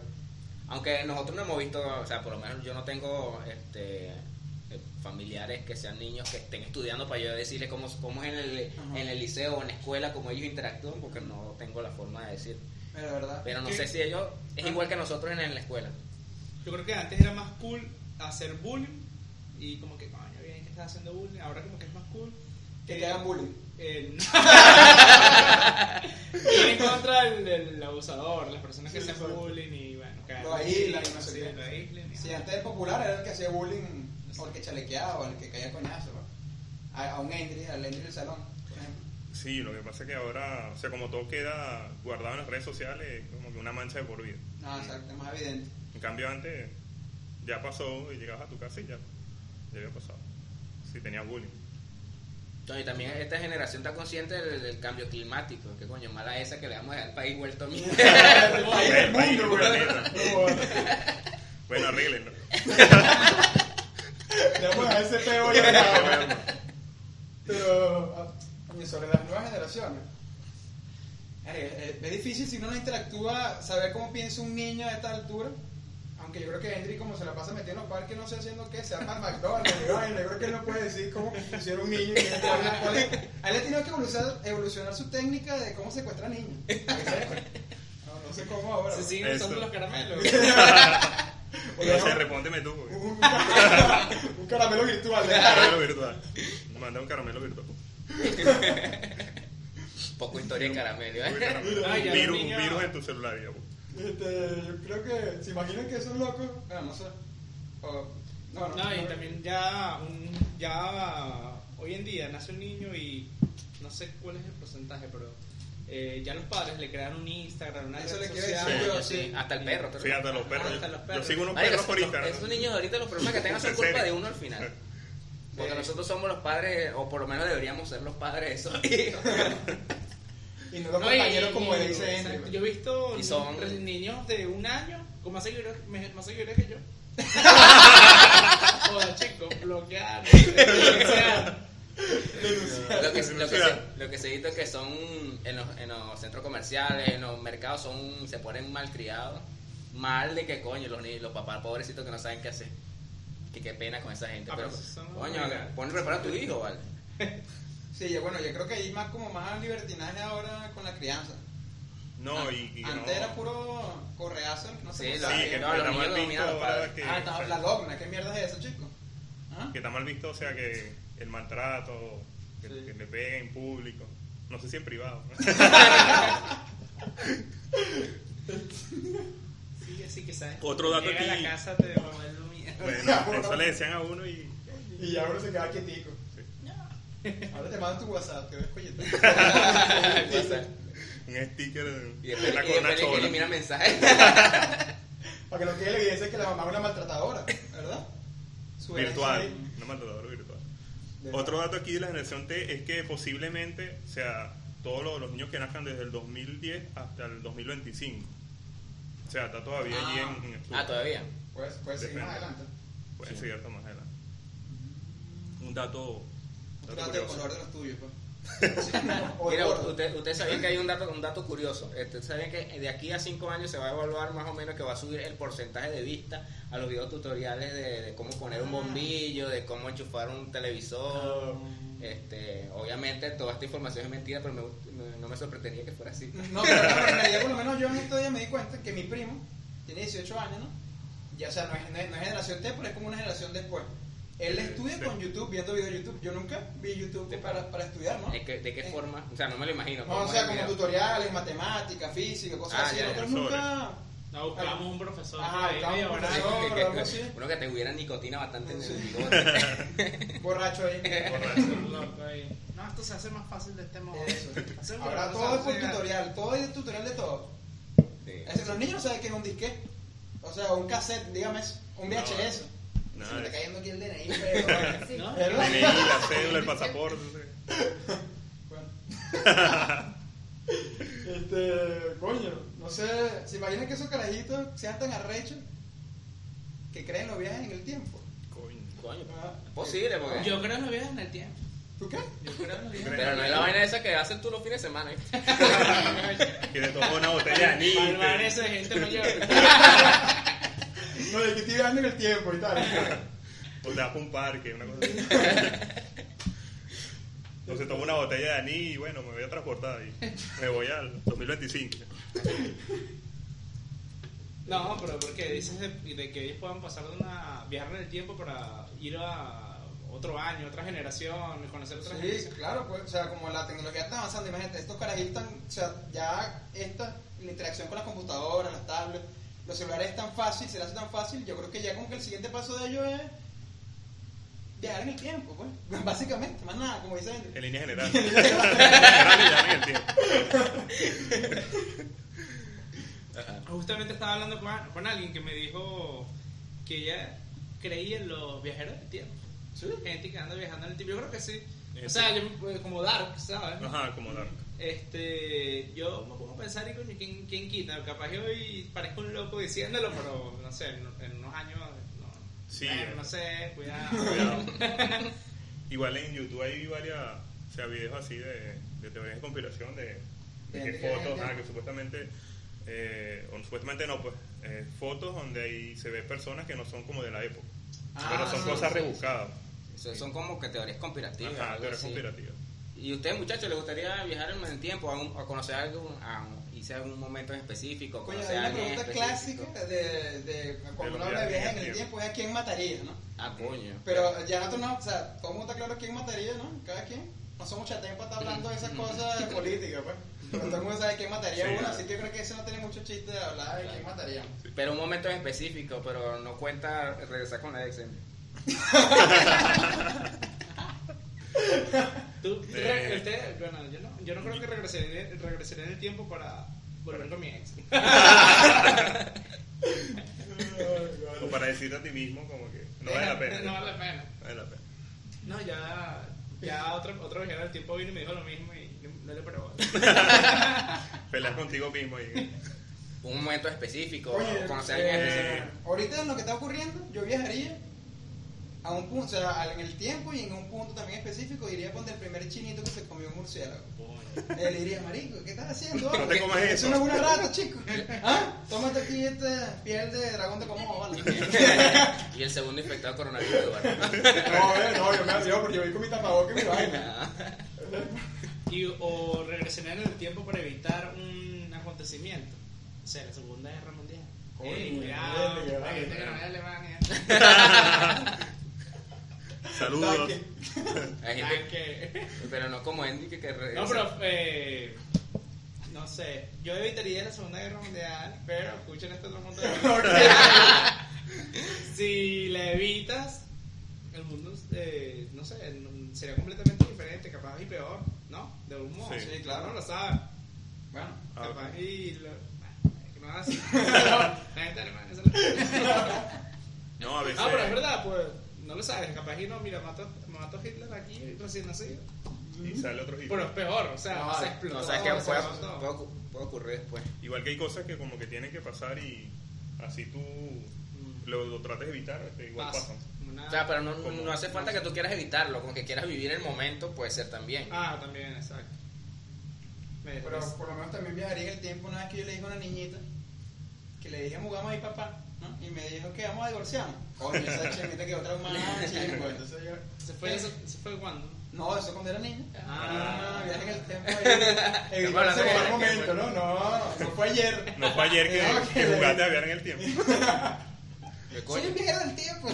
[SPEAKER 4] Aunque nosotros no hemos visto, o sea, por lo menos yo no tengo este, eh, familiares que sean niños que estén estudiando para yo decirles cómo, cómo es en el,
[SPEAKER 5] Ajá.
[SPEAKER 4] en el liceo o en la escuela, cómo ellos interactúan, porque no tengo la forma de decir.
[SPEAKER 5] Pero de verdad.
[SPEAKER 4] Pero no
[SPEAKER 1] Sí.
[SPEAKER 4] sé si ellos es igual que nosotros en, en la escuela.
[SPEAKER 1] Yo creo que antes era más cool hacer bullying y como que, coño, bien que estás haciendo bullying. Ahora como que es más cool
[SPEAKER 5] Que te hagan bullying.
[SPEAKER 1] Eh, no. Ir en contra del, del abusador, las personas que
[SPEAKER 5] Sí,
[SPEAKER 1] se
[SPEAKER 5] exacto.
[SPEAKER 1] bullying y bueno, que
[SPEAKER 5] Lo aíslan y no sé
[SPEAKER 1] sí,
[SPEAKER 5] qué.
[SPEAKER 1] lo aíslan y-
[SPEAKER 5] Si antes el popular era el que hacía bullying o el que chalequeaba o el que caía coñazo. ¿no? A, a un Endry, al Endry del salón, por ejemplo.
[SPEAKER 2] Sí, lo que pasa es que ahora, o sea, como todo queda guardado en las redes sociales, es como que una mancha de por vida.
[SPEAKER 5] No, exacto, es más evidente.
[SPEAKER 2] En cambio, antes ya pasó y llegabas a tu casa y ya. Ya había pasado. Sí, tenía bullying.
[SPEAKER 4] Coño, y también esta generación está consciente del, del cambio climático. Que coño, mala esa que le vamos a dejar al país vuelto a mierda.
[SPEAKER 5] El país
[SPEAKER 2] El
[SPEAKER 5] del
[SPEAKER 2] país
[SPEAKER 5] mundo,
[SPEAKER 2] del
[SPEAKER 5] güey.
[SPEAKER 2] planeta.
[SPEAKER 5] No, bueno.
[SPEAKER 2] Bueno, arreglenlo.
[SPEAKER 5] Le vamos a dejar ese peo ya. Pero, ah, coño, sobre las nuevas generaciones. Verga, eh, Es difícil si uno no interactúa, saber cómo piensa un niño a esta altura. Aunque yo creo que Henry, como se la pasa metido en los parques, no sé haciendo qué, se va para McDonald's. y vaina, Yo creo que él no puede decir cómo funciona un niño. Y él te habla cuál es. a él le tiene que evolucionar, evolucionar su técnica de cómo secuestrar niños. No, no sé cómo ahora.
[SPEAKER 1] Se siguen
[SPEAKER 2] Eso.
[SPEAKER 1] usando los caramelos.
[SPEAKER 2] Y yo decía, respóndeme tú, güey.
[SPEAKER 5] Un caramelo- un caramelo virtual. ¿eh?
[SPEAKER 2] Caramelo virtual. Me mandé un caramelo virtual.
[SPEAKER 4] Poco historia en caramelo.
[SPEAKER 2] Un
[SPEAKER 4] ¿eh?
[SPEAKER 2] caramelo.
[SPEAKER 1] Ay, ya,
[SPEAKER 2] virus,
[SPEAKER 1] niño.
[SPEAKER 2] virus en tu celular, ya, güey.
[SPEAKER 5] Este, yo creo que, ¿se imaginan que esos locos? Bueno, no sé. O- no, no,
[SPEAKER 1] No, y
[SPEAKER 5] no.
[SPEAKER 1] también ya, un- ya hoy en día nace un niño y no sé cuál es el porcentaje, pero eh, ya los padres le crean un Instagram, una
[SPEAKER 5] Eso
[SPEAKER 1] red
[SPEAKER 5] le quiero
[SPEAKER 1] social.
[SPEAKER 5] decir
[SPEAKER 4] Coño,
[SPEAKER 5] yo,
[SPEAKER 4] sí,
[SPEAKER 5] sí.
[SPEAKER 4] Hasta el perro. pero-
[SPEAKER 2] Sí, hasta los perros.
[SPEAKER 1] Ah, Hasta
[SPEAKER 2] Yo-
[SPEAKER 1] los perros.
[SPEAKER 2] Yo sigo unos
[SPEAKER 4] Marico,
[SPEAKER 2] perros por
[SPEAKER 4] los-
[SPEAKER 2] Instagram.
[SPEAKER 4] Esos niños ahorita los problemas que tengan son
[SPEAKER 2] En
[SPEAKER 4] culpa
[SPEAKER 2] serio.
[SPEAKER 4] de uno al final. Porque
[SPEAKER 5] Sí.
[SPEAKER 4] nosotros somos los padres, o por lo menos deberíamos ser los padres de esos hijos.
[SPEAKER 5] Y no los
[SPEAKER 1] No, y-
[SPEAKER 5] compañeros como
[SPEAKER 1] y-
[SPEAKER 5] él dice
[SPEAKER 1] exacto.
[SPEAKER 5] Henry.
[SPEAKER 1] Yo he visto
[SPEAKER 4] Y son-
[SPEAKER 1] re- niños de un año con más seguidores, me- más seguidores que yo. Joder, chicos, bloquear. bloquear.
[SPEAKER 4] Lo que, lo, que
[SPEAKER 2] Mira.
[SPEAKER 4] se, lo que se dice es que son en los, en los centros comerciales, en los mercados, son se ponen malcriados. Mal de que coño, los, ni- los papás pobrecitos que no saben qué hacer. Que qué pena con esa gente.
[SPEAKER 1] Ah,
[SPEAKER 4] pero,
[SPEAKER 1] pero son-
[SPEAKER 4] coño, pon prepara a tu hijo, ¿vale?
[SPEAKER 5] Sí, yo, bueno, yo creo que hay más como más libertinaje ahora con la crianza.
[SPEAKER 2] No, y, y
[SPEAKER 5] Antes era puro correazo, no sé
[SPEAKER 4] Sí,
[SPEAKER 5] qué
[SPEAKER 4] la-
[SPEAKER 5] sabía.
[SPEAKER 2] Sí, que
[SPEAKER 4] no, los
[SPEAKER 2] está
[SPEAKER 4] niños
[SPEAKER 2] mal visto
[SPEAKER 4] dominados,
[SPEAKER 2] ahora
[SPEAKER 4] padre.
[SPEAKER 2] que...
[SPEAKER 5] Ah, estaba la dogma, ¿qué mierda es eso, chico? ¿Ah?
[SPEAKER 2] que está mal visto, o sea, que el maltrato, que,
[SPEAKER 1] Sí.
[SPEAKER 2] que le peguen en público, no sé si en privado.
[SPEAKER 1] Sí, así que sabes.
[SPEAKER 2] Otro dato
[SPEAKER 1] Llega a
[SPEAKER 2] aquí.
[SPEAKER 1] la casa te mamá el
[SPEAKER 2] bueno, eso le decían a uno y...
[SPEAKER 5] Y ya uno se queda quietico. Ahora te mandan tu WhatsApp, que ves coñete.
[SPEAKER 2] Un sticker
[SPEAKER 4] Y
[SPEAKER 2] de,
[SPEAKER 4] después,
[SPEAKER 2] de la
[SPEAKER 4] y después
[SPEAKER 2] cornachola.
[SPEAKER 4] elimina mensajes.
[SPEAKER 5] Para que no quede la evidencia que la mamá es una maltratadora, ¿verdad? Su
[SPEAKER 2] virtual,
[SPEAKER 5] herencia
[SPEAKER 2] no maltratador virtual.
[SPEAKER 5] ahí.
[SPEAKER 2] Otro dato aquí de la generación T es que posiblemente, o sea, todos los, los niños que nazcan desde el 2010 hasta el 2025. O sea, está todavía allí
[SPEAKER 5] Ah.
[SPEAKER 2] en, en el sur.
[SPEAKER 4] ah, todavía.
[SPEAKER 5] Pues, pues seguir más
[SPEAKER 2] Depende.
[SPEAKER 5] adelante.
[SPEAKER 2] Pueden
[SPEAKER 4] Sí.
[SPEAKER 2] seguir hasta más adelante. Un dato... dato
[SPEAKER 5] Trata el
[SPEAKER 2] curioso.
[SPEAKER 5] color de los tuyos, pues. O de
[SPEAKER 4] Mira,
[SPEAKER 5] gordo.
[SPEAKER 4] usted, usted sabía que hay un dato, un dato curioso. Este, sabían que de aquí a 5 años se va a evaluar más o menos que va a subir el porcentaje de vista a los videos tutoriales de, de cómo poner
[SPEAKER 5] Ah.
[SPEAKER 4] un bombillo, de cómo enchufar un televisor.
[SPEAKER 5] Ah.
[SPEAKER 4] Este, obviamente toda esta información es mentira, pero me gust- me- no me sorprendería que fuera así.
[SPEAKER 5] No, pero no, en realidad, por lo menos yo en estos días me di cuenta que mi primo tiene 18 años, ¿no? Ya, o sea, no es, no es- no es generación T, pero es como una generación después. Él estudia
[SPEAKER 2] Sí.
[SPEAKER 5] con YouTube, viendo videos de YouTube. Yo nunca vi YouTube para, para estudiar, ¿no?
[SPEAKER 4] ¿De qué, de qué
[SPEAKER 5] Eh,
[SPEAKER 4] forma? O sea, no me lo imagino.
[SPEAKER 5] No, o
[SPEAKER 4] ¿Cómo es
[SPEAKER 5] sea,
[SPEAKER 4] el
[SPEAKER 5] como
[SPEAKER 4] video?
[SPEAKER 5] tutoriales, matemáticas, física, cosas
[SPEAKER 4] Ah,
[SPEAKER 5] así.
[SPEAKER 4] ya, ya,
[SPEAKER 5] Nosotros
[SPEAKER 2] sobre.
[SPEAKER 5] nunca...
[SPEAKER 1] No, buscamos un profesor.
[SPEAKER 5] Ajá,
[SPEAKER 1] ahí,
[SPEAKER 5] buscamos
[SPEAKER 1] media
[SPEAKER 5] un
[SPEAKER 1] hora.
[SPEAKER 5] profesor.
[SPEAKER 4] Que- que-
[SPEAKER 5] algo así.
[SPEAKER 4] Uno que te hubiera nicotina bastante en
[SPEAKER 5] Sí.
[SPEAKER 4] el bigote.
[SPEAKER 5] Borracho ahí.
[SPEAKER 2] Correcto.
[SPEAKER 1] Loco ahí. No, esto se hace más fácil de este modo.
[SPEAKER 5] Eso.
[SPEAKER 1] Hacemos
[SPEAKER 5] Ahora
[SPEAKER 1] una
[SPEAKER 5] todo es
[SPEAKER 1] cosa,
[SPEAKER 5] por
[SPEAKER 1] o sea,
[SPEAKER 5] tutorial, todo es tutorial de todo.
[SPEAKER 4] Sí.
[SPEAKER 5] Es decir, los niños no saben qué es un disque. O sea, un cassette, dígame eso. Un
[SPEAKER 2] No,
[SPEAKER 5] VHS.
[SPEAKER 2] no,
[SPEAKER 5] Se me está
[SPEAKER 2] es-
[SPEAKER 5] cayendo aquí el DNI, pero...
[SPEAKER 6] Sí.
[SPEAKER 1] ¿No?
[SPEAKER 5] ¿Verdad?
[SPEAKER 2] DNI, la cédula, el pasaporte.
[SPEAKER 5] Bueno. este, coño, no sé, se imaginan que esos carajitos sean tan arrechos que creen los viajes en el tiempo.
[SPEAKER 2] Coño.
[SPEAKER 4] Coño,
[SPEAKER 5] Ah.
[SPEAKER 4] es posible, porque...
[SPEAKER 1] Yo creo en los viajes en el tiempo.
[SPEAKER 5] ¿Tú qué?
[SPEAKER 1] Yo creo en los viajes.
[SPEAKER 4] Pero no es la vaina esa que hacen tú los fines de semana. ¿eh?
[SPEAKER 2] Que te tomó una botella de
[SPEAKER 1] Palmar
[SPEAKER 2] níquel.
[SPEAKER 1] eso de gente mayor.
[SPEAKER 5] No, de que estoy viajando en el tiempo y tal.
[SPEAKER 2] O te vas pa' un parque, una cosa así. O se tomó una botella de aní y bueno, me voy a transportar y me voy al 2025.
[SPEAKER 1] No, pero porque dices de, de que ellos puedan pasar de una. viajar en el tiempo para ir a otro año, otra generación, conocer otra
[SPEAKER 5] Sí,
[SPEAKER 1] generación.
[SPEAKER 5] claro, pues, o sea, como la tecnología está avanzando, imagínate, estos carajitos están, o sea, ya esta, la interacción con las computadoras, las tablets, los celulares es tan fácil, se le hace tan fácil, yo creo que ya como que el siguiente paso de ellos es viajar en el tiempo, pues, básicamente, más nada, como dicen.
[SPEAKER 2] En línea general. En general y ya en el tiempo.
[SPEAKER 1] Justamente estaba hablando con, con alguien que me dijo que ella creía en los viajeros del tiempo. gente que anda viajando en el tiempo. Yo creo que sí. O
[SPEAKER 2] Este.
[SPEAKER 1] sea, yo, eh, como Dark, ¿sabes?
[SPEAKER 2] Ajá, como Dark.
[SPEAKER 1] Este, yo me pongo a pensar y coño, ¿quién, quién quita? Capaz yo hoy parezco un loco diciéndolo, pero no sé, en, en unos años, no,
[SPEAKER 2] Sí,
[SPEAKER 1] bueno,
[SPEAKER 2] eh.
[SPEAKER 1] no sé,
[SPEAKER 2] Cuidado.
[SPEAKER 1] cuidado.
[SPEAKER 2] Igual en YouTube hay varias, o sea, videos así de, de teorías de conspiración, de, de
[SPEAKER 5] De-
[SPEAKER 2] que
[SPEAKER 5] de-
[SPEAKER 2] fotos,
[SPEAKER 5] de-
[SPEAKER 2] ah, que supuestamente, eh, o supuestamente no, pues, eh, fotos donde ahí se ve personas que no son como de la época.
[SPEAKER 5] Ah,
[SPEAKER 2] pero son
[SPEAKER 5] sí,
[SPEAKER 2] cosas
[SPEAKER 4] sí,
[SPEAKER 2] rebuscadas.
[SPEAKER 4] Eso son como que teorías conspirativas.
[SPEAKER 2] Ajá,
[SPEAKER 4] algo
[SPEAKER 2] teorías
[SPEAKER 4] así.
[SPEAKER 2] conspirativas.
[SPEAKER 4] ¿Y a ustedes, muchachos, les gustaría viajar en el tiempo a, un- a conocer algo, a irse a algún momento en específico?
[SPEAKER 5] Coño,
[SPEAKER 4] conocer
[SPEAKER 5] hay
[SPEAKER 4] a
[SPEAKER 5] una
[SPEAKER 4] alguien en
[SPEAKER 5] pregunta
[SPEAKER 4] específico?
[SPEAKER 5] clásica de, de cuando uno
[SPEAKER 2] este, los
[SPEAKER 5] habla de
[SPEAKER 2] viajes en
[SPEAKER 5] viaje en
[SPEAKER 2] el
[SPEAKER 5] el tiempo es a quién mataría, ¿no?
[SPEAKER 4] Ah, coño.
[SPEAKER 5] Pero ya nosotros no, o sea, todo el mundo está claro quién mataría, ¿no? Cada quien. No somos chateos para estar hablando de esas cosas de política, pues. Pero todo el mundo sabe quién mataría
[SPEAKER 2] Sí,
[SPEAKER 5] a uno,
[SPEAKER 2] claro.
[SPEAKER 5] así que yo creo que eso no tiene mucho chiste de hablar de quién mataría.
[SPEAKER 4] Pero un momento en específico, pero no cuenta regresar con la ex. ¿eh?
[SPEAKER 1] ¿Tú, tú
[SPEAKER 2] Eh.
[SPEAKER 1] re- usted- bueno, yo no, yo no creo que regresaré, regresaré en el tiempo para volver con mi ex.
[SPEAKER 2] O para decirte a ti mismo como que no vale la pena.
[SPEAKER 1] No
[SPEAKER 2] No
[SPEAKER 1] vale la pena.
[SPEAKER 2] vale la pena.
[SPEAKER 1] No, ya, ya otro, otro viajero del tiempo vino y me dijo lo mismo y no, no le probó.
[SPEAKER 2] Peleas contigo mismo ahí.
[SPEAKER 4] Un momento específico,
[SPEAKER 5] Oye,
[SPEAKER 4] o conocer a alguien en
[SPEAKER 2] eh,
[SPEAKER 4] específico.
[SPEAKER 5] Ahorita en lo que está ocurriendo, yo viajaría a un punto, o sea, al- en el tiempo y en un punto también específico, iría donde el primer chinito que se comió un murciélago. Él diría, marico, ¿qué estás haciendo?
[SPEAKER 2] No te comas
[SPEAKER 5] Eso
[SPEAKER 2] eso.
[SPEAKER 5] no es una rata, chico. ¿Ah? Tómate aquí esta piel de dragón de como ¿vale?
[SPEAKER 4] y el segundo infectado de coronavirus. ¿verdad?
[SPEAKER 5] No, eh, no, yo me hacía porque yo vi con mi tapabocas y mi vaina.
[SPEAKER 1] Y, o regresaré en el tiempo para evitar un acontecimiento. O sea, la Segunda Guerra Mundial.
[SPEAKER 5] Coño,
[SPEAKER 1] Ey,
[SPEAKER 5] vale,
[SPEAKER 1] cuidado, la
[SPEAKER 5] vale,
[SPEAKER 1] gente que no
[SPEAKER 2] vale.
[SPEAKER 1] es Alemania.
[SPEAKER 2] Saludos.
[SPEAKER 5] Tanque.
[SPEAKER 4] Hay
[SPEAKER 1] Ah,
[SPEAKER 4] gente-
[SPEAKER 1] que-
[SPEAKER 4] pero no como Andy que, que regresa.
[SPEAKER 1] No, pero eh, no sé. Yo evitaría la Segunda Guerra Mundial, pero escuchen este otro punto de vista. si la evitas, el mundo, eh, no sé, n- sería completamente diferente, capaz y peor, ¿no? De algún modo.
[SPEAKER 2] Sí.
[SPEAKER 1] Sí, claro, lo sabe.
[SPEAKER 5] Bueno,
[SPEAKER 2] Ah,
[SPEAKER 1] capaz
[SPEAKER 2] ok.
[SPEAKER 1] y lo. ¿Qué más? la gente alemana, esa es la-
[SPEAKER 2] No, a veces.
[SPEAKER 1] No, pero es verdad, pues no lo sabes. Capaz y no, mira, mato, mato a Hitler aquí recién nacido.
[SPEAKER 2] Y sale otro hit.
[SPEAKER 1] Pero es peor, o sea,
[SPEAKER 5] No,
[SPEAKER 1] se
[SPEAKER 5] no,
[SPEAKER 1] explotó.
[SPEAKER 4] No sabes qué
[SPEAKER 1] se
[SPEAKER 4] puede,
[SPEAKER 1] explotó.
[SPEAKER 4] puede ocu- puede ocurrir después.
[SPEAKER 2] Igual que hay cosas que como que tienen que pasar y así tú
[SPEAKER 1] Mm.
[SPEAKER 2] lo, lo trates de evitar, este, igual
[SPEAKER 1] Pasa.
[SPEAKER 2] pasan.
[SPEAKER 1] Una-
[SPEAKER 4] O sea, pero no,
[SPEAKER 2] Como-
[SPEAKER 4] no hace falta que tú quieras evitarlo, como que quieras vivir el momento puede ser también.
[SPEAKER 1] Ah, también, exacto. Me-
[SPEAKER 5] pero
[SPEAKER 1] es-
[SPEAKER 5] por lo menos también viajaría en el tiempo una vez que yo le dije a una niñita que le dije jugamos a mi papá, ¿no? Y me dijo que vamos a divorciarnos. Coño, esa chinita quedó traumada, chico. Entonces yo...
[SPEAKER 1] ¿Se fue, eso, ¿Se fue cuándo?
[SPEAKER 5] No, eso cuando era niña.
[SPEAKER 1] Ah.
[SPEAKER 5] Ah, viaje en el tiempo. ahí.
[SPEAKER 4] Estamos hablando
[SPEAKER 5] Evitarse
[SPEAKER 4] de viaje
[SPEAKER 5] en el
[SPEAKER 4] en el
[SPEAKER 5] momento,
[SPEAKER 4] tiempo.
[SPEAKER 5] ¿no? No, no fue ayer.
[SPEAKER 2] No fue ayer que,
[SPEAKER 5] No,
[SPEAKER 2] que jugaste a viajar en el tiempo.
[SPEAKER 4] ¿Qué
[SPEAKER 5] Soy
[SPEAKER 4] coño?
[SPEAKER 5] un viajero del tiempo.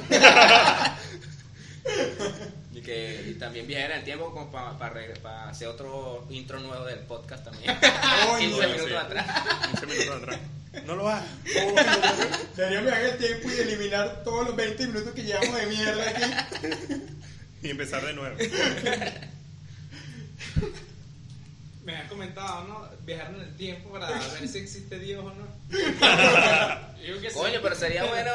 [SPEAKER 4] Y que y también viajar en el tiempo como para hacer otro intro nuevo del podcast también.
[SPEAKER 5] Coño,
[SPEAKER 4] 15
[SPEAKER 2] sí.
[SPEAKER 4] minutos atrás.
[SPEAKER 2] 15 minutos atrás. No lo hagas.
[SPEAKER 5] Debería viajar en el tiempo y eliminar todos los 20 minutos que llevamos de mierda aquí.
[SPEAKER 2] Y empezar de nuevo.
[SPEAKER 1] Me has comentado, ¿no? Viajar en el tiempo para ver si existe Dios o no. Yo que sí.
[SPEAKER 4] Coño, pero sería bueno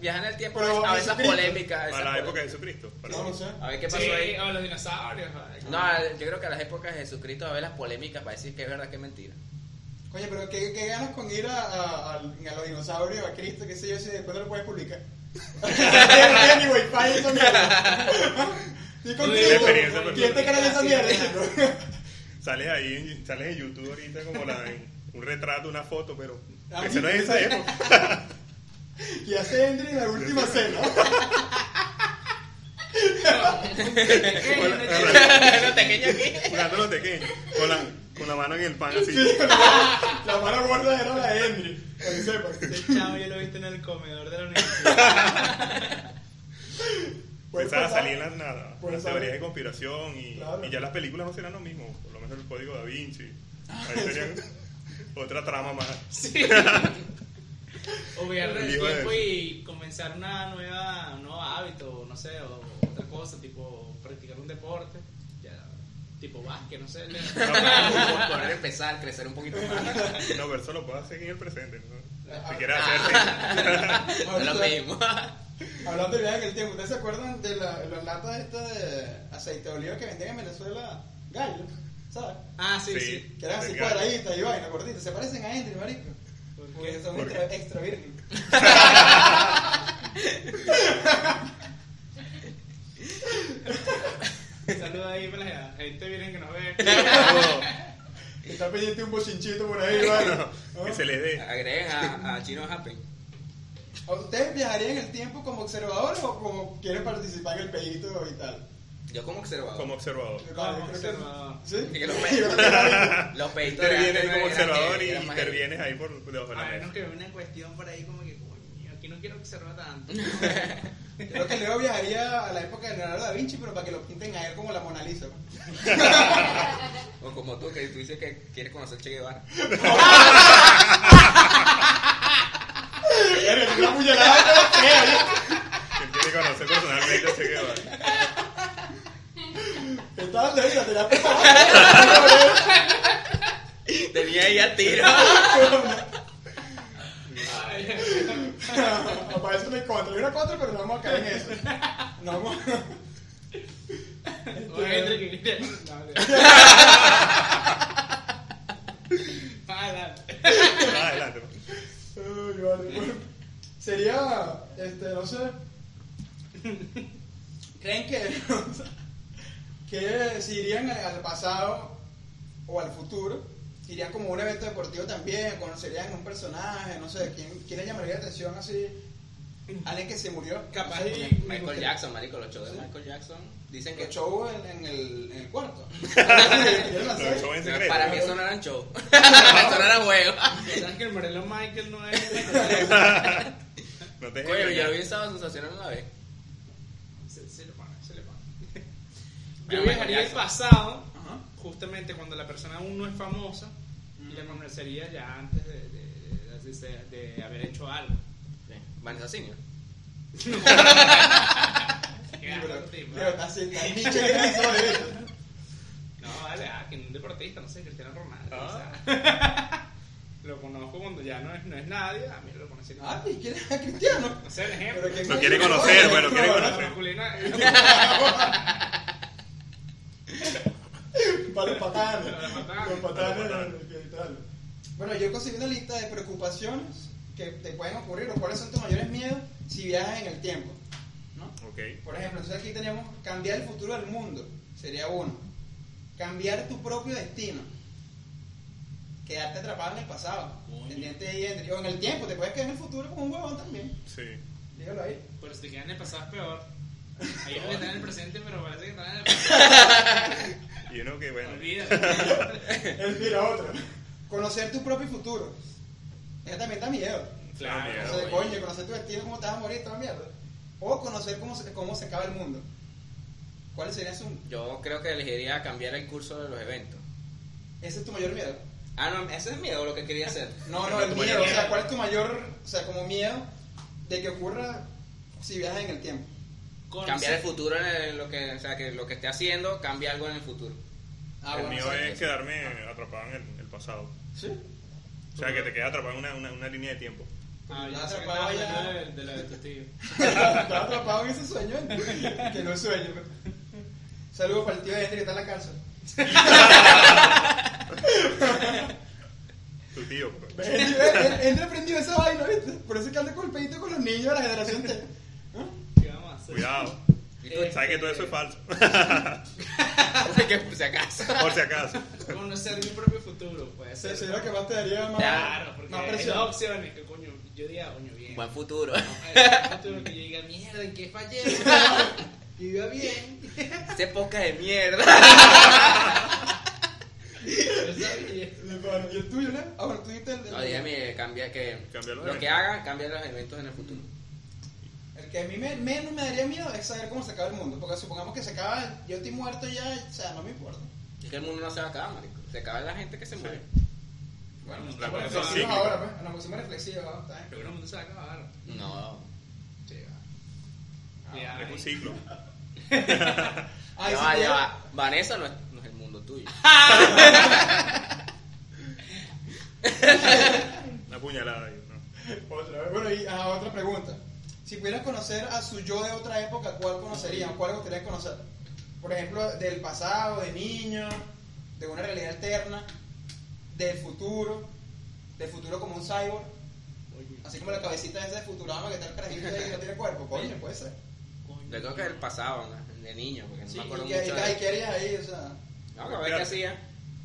[SPEAKER 4] viajar en el tiempo
[SPEAKER 5] Pero
[SPEAKER 4] a esas
[SPEAKER 5] Jesucristo.
[SPEAKER 4] polémicas. a esas
[SPEAKER 2] Para la
[SPEAKER 4] pole-
[SPEAKER 2] época de Jesucristo. Para-
[SPEAKER 5] No lo sé.
[SPEAKER 4] A ver qué pasó
[SPEAKER 1] Sí,
[SPEAKER 4] ahí.
[SPEAKER 1] o los dinosaurios. joder.
[SPEAKER 4] No, eh. al- yo creo que a las épocas de Jesucristo va a haber las polémicas para decir que es verdad que es mentira.
[SPEAKER 5] Oye, pero ¿qué, qué ganas con ir a, a, al- a los dinosaurios, a Cristo, qué sé yo, si después no lo puedes publicar? No tiene ni wifi esa mierda. Y con
[SPEAKER 1] Uy,
[SPEAKER 5] Cristo,
[SPEAKER 2] experiencia pues.
[SPEAKER 5] ¿quién te
[SPEAKER 1] personal.
[SPEAKER 5] carga esa mierda? chico?
[SPEAKER 2] Sales ahí, en- sales en YouTube ahorita como la, en un retrato, una foto, pero
[SPEAKER 5] Ah,
[SPEAKER 2] ese pues. no es esa época.
[SPEAKER 5] ¿Qué hace Henry en la última cena?
[SPEAKER 1] Pequeño,
[SPEAKER 2] Bueno,
[SPEAKER 1] chico.
[SPEAKER 4] Lo pequeño aquí.
[SPEAKER 2] Jugando los pequeños. Con la, con la mano en el pan así.
[SPEAKER 5] La mano gorda era la de Henry, para que sepas.
[SPEAKER 1] Ese chavo yo lo he visto en el comedor de la universidad.
[SPEAKER 5] Puedes
[SPEAKER 2] Empezar a
[SPEAKER 5] pasar-
[SPEAKER 2] salir en las, nada,
[SPEAKER 5] puede
[SPEAKER 2] las
[SPEAKER 5] pasar.
[SPEAKER 2] teorías de conspiración y,
[SPEAKER 5] pues, Claro.
[SPEAKER 2] y ya las películas no serán lo mismo. Por lo menos el código da Vinci. Ahí serían otra trama más.
[SPEAKER 1] Sí. O viajar en
[SPEAKER 2] El
[SPEAKER 1] el
[SPEAKER 2] hijo de-
[SPEAKER 1] tiempo y comenzar una nueva, un nuevo hábito, no sé, o otra cosa, tipo practicar un deporte. Ya, tipo básquet, no sé. le-
[SPEAKER 4] Ah, Poder empezar, crecer un poquito más.
[SPEAKER 2] No, pero eso lo puedo hacer en el presente. ¿no?
[SPEAKER 5] Ah,
[SPEAKER 2] Si quieres hacer, sí.
[SPEAKER 4] No es lo mismo.
[SPEAKER 5] Hablando de viajes en el tiempo, ¿ustedes se acuerdan de la- las latas estas de aceite de oliva que vendían en Venezuela? Gallo, ¿sabes?
[SPEAKER 1] Ah, sí,
[SPEAKER 2] Sí.
[SPEAKER 1] sí.
[SPEAKER 5] Que eran así
[SPEAKER 2] Gallo.
[SPEAKER 5] cuadraditas y vaina, gorditas. Se parecen a Henry, marico.
[SPEAKER 1] ¿Por qué?
[SPEAKER 5] Porque son
[SPEAKER 2] ¿Por
[SPEAKER 5] extra, extra virgen.
[SPEAKER 1] Un saludo ahí para la gente virgen que nos ve.
[SPEAKER 5] Está pendiente un bochinchito por ahí, vaina. ¿no?
[SPEAKER 2] que se les dé.
[SPEAKER 4] Agreguen a, a Chino Happen.
[SPEAKER 5] ¿Ustedes viajarían en el tiempo como observadores o como quieren participar en el pedito y tal?
[SPEAKER 4] Yo como observador.
[SPEAKER 2] Como observador.
[SPEAKER 1] Como
[SPEAKER 5] Yo creo que-
[SPEAKER 1] observador.
[SPEAKER 5] ¿Sí?
[SPEAKER 4] Y que los
[SPEAKER 5] Yo
[SPEAKER 4] peitos-
[SPEAKER 5] creo que era eso.
[SPEAKER 4] Los peitos de
[SPEAKER 2] Intervienes
[SPEAKER 4] antes
[SPEAKER 2] ahí
[SPEAKER 4] no
[SPEAKER 2] como observador
[SPEAKER 4] eran grandes,
[SPEAKER 2] y
[SPEAKER 4] eran más
[SPEAKER 2] intervienes ahí por debajo de la
[SPEAKER 4] Ah,
[SPEAKER 1] A menos
[SPEAKER 2] mesa.
[SPEAKER 1] que una cuestión por ahí como que, coño, aquí no quiero que se roba tanto.
[SPEAKER 5] Creo que Leo viajaría a la época de Leonardo da Vinci, pero para que lo pinten a él como la Mona Lisa.
[SPEAKER 4] grandes. O como tú, que tú dices que quieres conocer Che Guevara.
[SPEAKER 5] Eres una puñalada.
[SPEAKER 2] Que tiene que conocer personalmente a Che Guevara.
[SPEAKER 5] Estabas de vida, te la
[SPEAKER 4] Tenía ahí a tiro.
[SPEAKER 5] Aparece una contra. Hay una contra, pero no vamos a caer en eso. No vamos
[SPEAKER 1] Oye, Henry,
[SPEAKER 5] Este,
[SPEAKER 1] que grite. Dale. Para.
[SPEAKER 2] Ah, adelante.
[SPEAKER 5] Ay, vale, bueno. Sería, este, no sé. ¿Creen que, que si irían al, al pasado o al futuro, irían como a un evento deportivo también, conocerían un personaje, no sé, ¿quién, quién le llamaría la atención así? Alguien que se murió.
[SPEAKER 1] Capaz
[SPEAKER 5] No sé,
[SPEAKER 1] y-
[SPEAKER 5] me gustaría-
[SPEAKER 4] Michael Jackson, marico, los shows de Michael Jackson dicen que
[SPEAKER 5] El show en, en el, en el cuarto.
[SPEAKER 2] Lo show en
[SPEAKER 4] No,
[SPEAKER 2] secreto.
[SPEAKER 4] para mí eso no eran show. eso no era juego.
[SPEAKER 1] ¿Sabes que el Morelo Michael no es Michael Jackson?
[SPEAKER 2] No te
[SPEAKER 4] Coño, yo lo vi
[SPEAKER 2] dejes.
[SPEAKER 4] en Sábado Sensacional una vez.
[SPEAKER 1] Se, se le paga, se le paga.
[SPEAKER 4] Bueno,
[SPEAKER 1] Yo
[SPEAKER 4] Michael
[SPEAKER 1] viajaría al
[SPEAKER 4] Jackson.
[SPEAKER 1] pasado,
[SPEAKER 5] Ajá.
[SPEAKER 1] justamente cuando la persona aún no es famosa, y la conocería ya antes de, de- de- de- de haber hecho algo.
[SPEAKER 4] Vanessa Senior.
[SPEAKER 1] Qué
[SPEAKER 5] Pero,
[SPEAKER 1] asco, tipo.
[SPEAKER 5] pero está así, está nicho que no sabe eso.
[SPEAKER 1] No, vale, ah, que un deportista, no sé, Cristiano Ronaldo.
[SPEAKER 2] Ah.
[SPEAKER 1] o sea. lo conozco cuando ya no es, no es nadie, a mí lo conocí.
[SPEAKER 5] Ah, ¿y quién es cristiano?
[SPEAKER 1] No sé, el ejemplo.
[SPEAKER 5] Pero que-
[SPEAKER 2] Lo quiere conocer, bueno, lo quiere
[SPEAKER 1] Lo
[SPEAKER 2] conocer.
[SPEAKER 1] masculino
[SPEAKER 5] Para los patanes.
[SPEAKER 1] Para los patanes.
[SPEAKER 5] Los
[SPEAKER 2] Para
[SPEAKER 5] patanes.
[SPEAKER 2] los patanes.
[SPEAKER 5] que tal. Bueno, yo conseguí una lista de preocupaciones que te pueden ocurrir o cuáles son tus mayores miedos si viajas en el tiempo. ¿no?
[SPEAKER 2] Ok.
[SPEAKER 5] Por ejemplo, entonces aquí tenemos cambiar el futuro del mundo, sería uno. Cambiar tu propio destino. Quedarte atrapado en el pasado.
[SPEAKER 1] Coño.
[SPEAKER 5] Pendiente ahí, Henry. O en el tiempo, te puedes quedar en el futuro como un huevón también.
[SPEAKER 2] Sí.
[SPEAKER 5] Dígalo ahí.
[SPEAKER 1] Pero si te quedan en el pasado es peor. Hay unos que están en el presente, pero parece que están en el pasado.
[SPEAKER 2] Y uno que, bueno.
[SPEAKER 1] Olvídate.
[SPEAKER 5] Es decir, a otra. Conocer tu propio futuro. Eso también da miedo.
[SPEAKER 2] Claro,
[SPEAKER 5] O sea,
[SPEAKER 1] Claro.
[SPEAKER 2] güey.
[SPEAKER 5] coño, conocer tu destino, cómo te vas a morir, toda mierda. O conocer cómo se, cómo se acaba el mundo. ¿Cuál sería su...
[SPEAKER 4] Yo creo que elegiría cambiar el curso de los eventos.
[SPEAKER 5] Ese es tu mayor miedo.
[SPEAKER 4] Ah, no, ese es miedo lo que quería hacer.
[SPEAKER 5] No,
[SPEAKER 2] No,
[SPEAKER 5] no, el
[SPEAKER 2] tu
[SPEAKER 5] miedo.
[SPEAKER 2] mayor
[SPEAKER 5] O sea,
[SPEAKER 2] miedo.
[SPEAKER 5] ¿cuál es tu mayor, o sea, como miedo de que ocurra si viajas en el tiempo?
[SPEAKER 1] Conocer-
[SPEAKER 4] Cambiar el futuro en el- lo que, o sea, que lo que esté haciendo, cambia algo en el futuro.
[SPEAKER 5] Ah,
[SPEAKER 2] el
[SPEAKER 5] bueno,
[SPEAKER 2] mío
[SPEAKER 5] o sea,
[SPEAKER 2] es quedarme atrapado en el, el pasado.
[SPEAKER 5] Sí.
[SPEAKER 2] O sea, que te quedas atrapado en una, una, una línea de tiempo.
[SPEAKER 1] Ah, yo
[SPEAKER 5] Ya
[SPEAKER 1] sé que
[SPEAKER 5] atrapado
[SPEAKER 1] estaba
[SPEAKER 5] ya.
[SPEAKER 1] hablando de, de la de tu tío.
[SPEAKER 5] Estaba atrapado en ese sueño, que no es sueño. pues. Saludos para el tío de Henry que está en la cárcel.
[SPEAKER 2] Tu tío. pues.
[SPEAKER 5] Henry, Henry- Henry aprendió esa vaina, ¿viste? Por eso es que anda con el pedito con los niños de la generación T. ¿Eh?
[SPEAKER 1] ¿Qué vamos a hacer?
[SPEAKER 2] Cuidado.
[SPEAKER 1] Eh,
[SPEAKER 2] Sabes que todo eso es falso.
[SPEAKER 4] que por si acaso.
[SPEAKER 2] Por si acaso.
[SPEAKER 1] Conocer mi propio futuro, puede
[SPEAKER 5] Se
[SPEAKER 1] ser.
[SPEAKER 5] sería que más te daría más,
[SPEAKER 1] Claro, porque
[SPEAKER 5] más
[SPEAKER 1] hay
[SPEAKER 5] presión.
[SPEAKER 1] dos opciones que coño, yo diría, coño, bien.
[SPEAKER 4] Buen futuro.
[SPEAKER 1] No, el futuro que yo diga, mierda, ¿en qué fallé? Y iba bien.
[SPEAKER 4] Ese poca de mierda.
[SPEAKER 1] Yo sabía.
[SPEAKER 5] Bueno, ¿Y el tuyo, no? Ah, bueno, tú dijiste el, el-
[SPEAKER 4] No, dígame, cambia que.
[SPEAKER 2] Cambia los
[SPEAKER 4] lo que
[SPEAKER 2] eventos.
[SPEAKER 4] haga, cambia los eventos en el futuro.
[SPEAKER 5] el que a mí me- menos me daría miedo es saber cómo se acaba el mundo. Porque supongamos que se acaba, yo estoy muerto ya, o sea, no me importa.
[SPEAKER 4] Es que el mundo no se va a acabar, marico. Se acaba la gente que se muere.
[SPEAKER 5] Bueno,
[SPEAKER 1] La
[SPEAKER 5] estamos
[SPEAKER 1] cosa es
[SPEAKER 5] reflexivos
[SPEAKER 2] cíclica.
[SPEAKER 5] ahora, pues. Nos pusimos reflexivos, ¿no? Está bien.
[SPEAKER 1] Pero el mundo se va a acabar.
[SPEAKER 4] No.
[SPEAKER 1] Sí, va.
[SPEAKER 5] Ah,
[SPEAKER 1] Ya,
[SPEAKER 2] Es un
[SPEAKER 1] ahí.
[SPEAKER 2] ciclo.
[SPEAKER 5] Ah,
[SPEAKER 4] ya
[SPEAKER 5] y
[SPEAKER 4] va,
[SPEAKER 5] si
[SPEAKER 4] ya
[SPEAKER 5] tuviera-
[SPEAKER 4] va. Vanessa no es, no es el mundo tuyo.
[SPEAKER 2] Una puñalada. ahí, ¿no?
[SPEAKER 5] Otra vez. Bueno, y ah, otra pregunta. Si pudieras conocer a su yo de otra época, ¿cuál conocerías? ¿Cuál le gustaría conocer? Por ejemplo, del pasado, de niño, de una realidad alterna, del futuro, del futuro como un cyborg, así como la cabecita esa de Futurama que está el carajito ahí que no tiene cuerpo, coño, puede ser.
[SPEAKER 4] Yo creo que el pasado, ¿no? de niño, porque no
[SPEAKER 5] Sí,
[SPEAKER 4] me acuerdo
[SPEAKER 5] ¿y
[SPEAKER 4] mucho.
[SPEAKER 5] qué,
[SPEAKER 4] de-
[SPEAKER 5] y qué harías ahí? O sea,
[SPEAKER 4] No, que a ver qué hacía.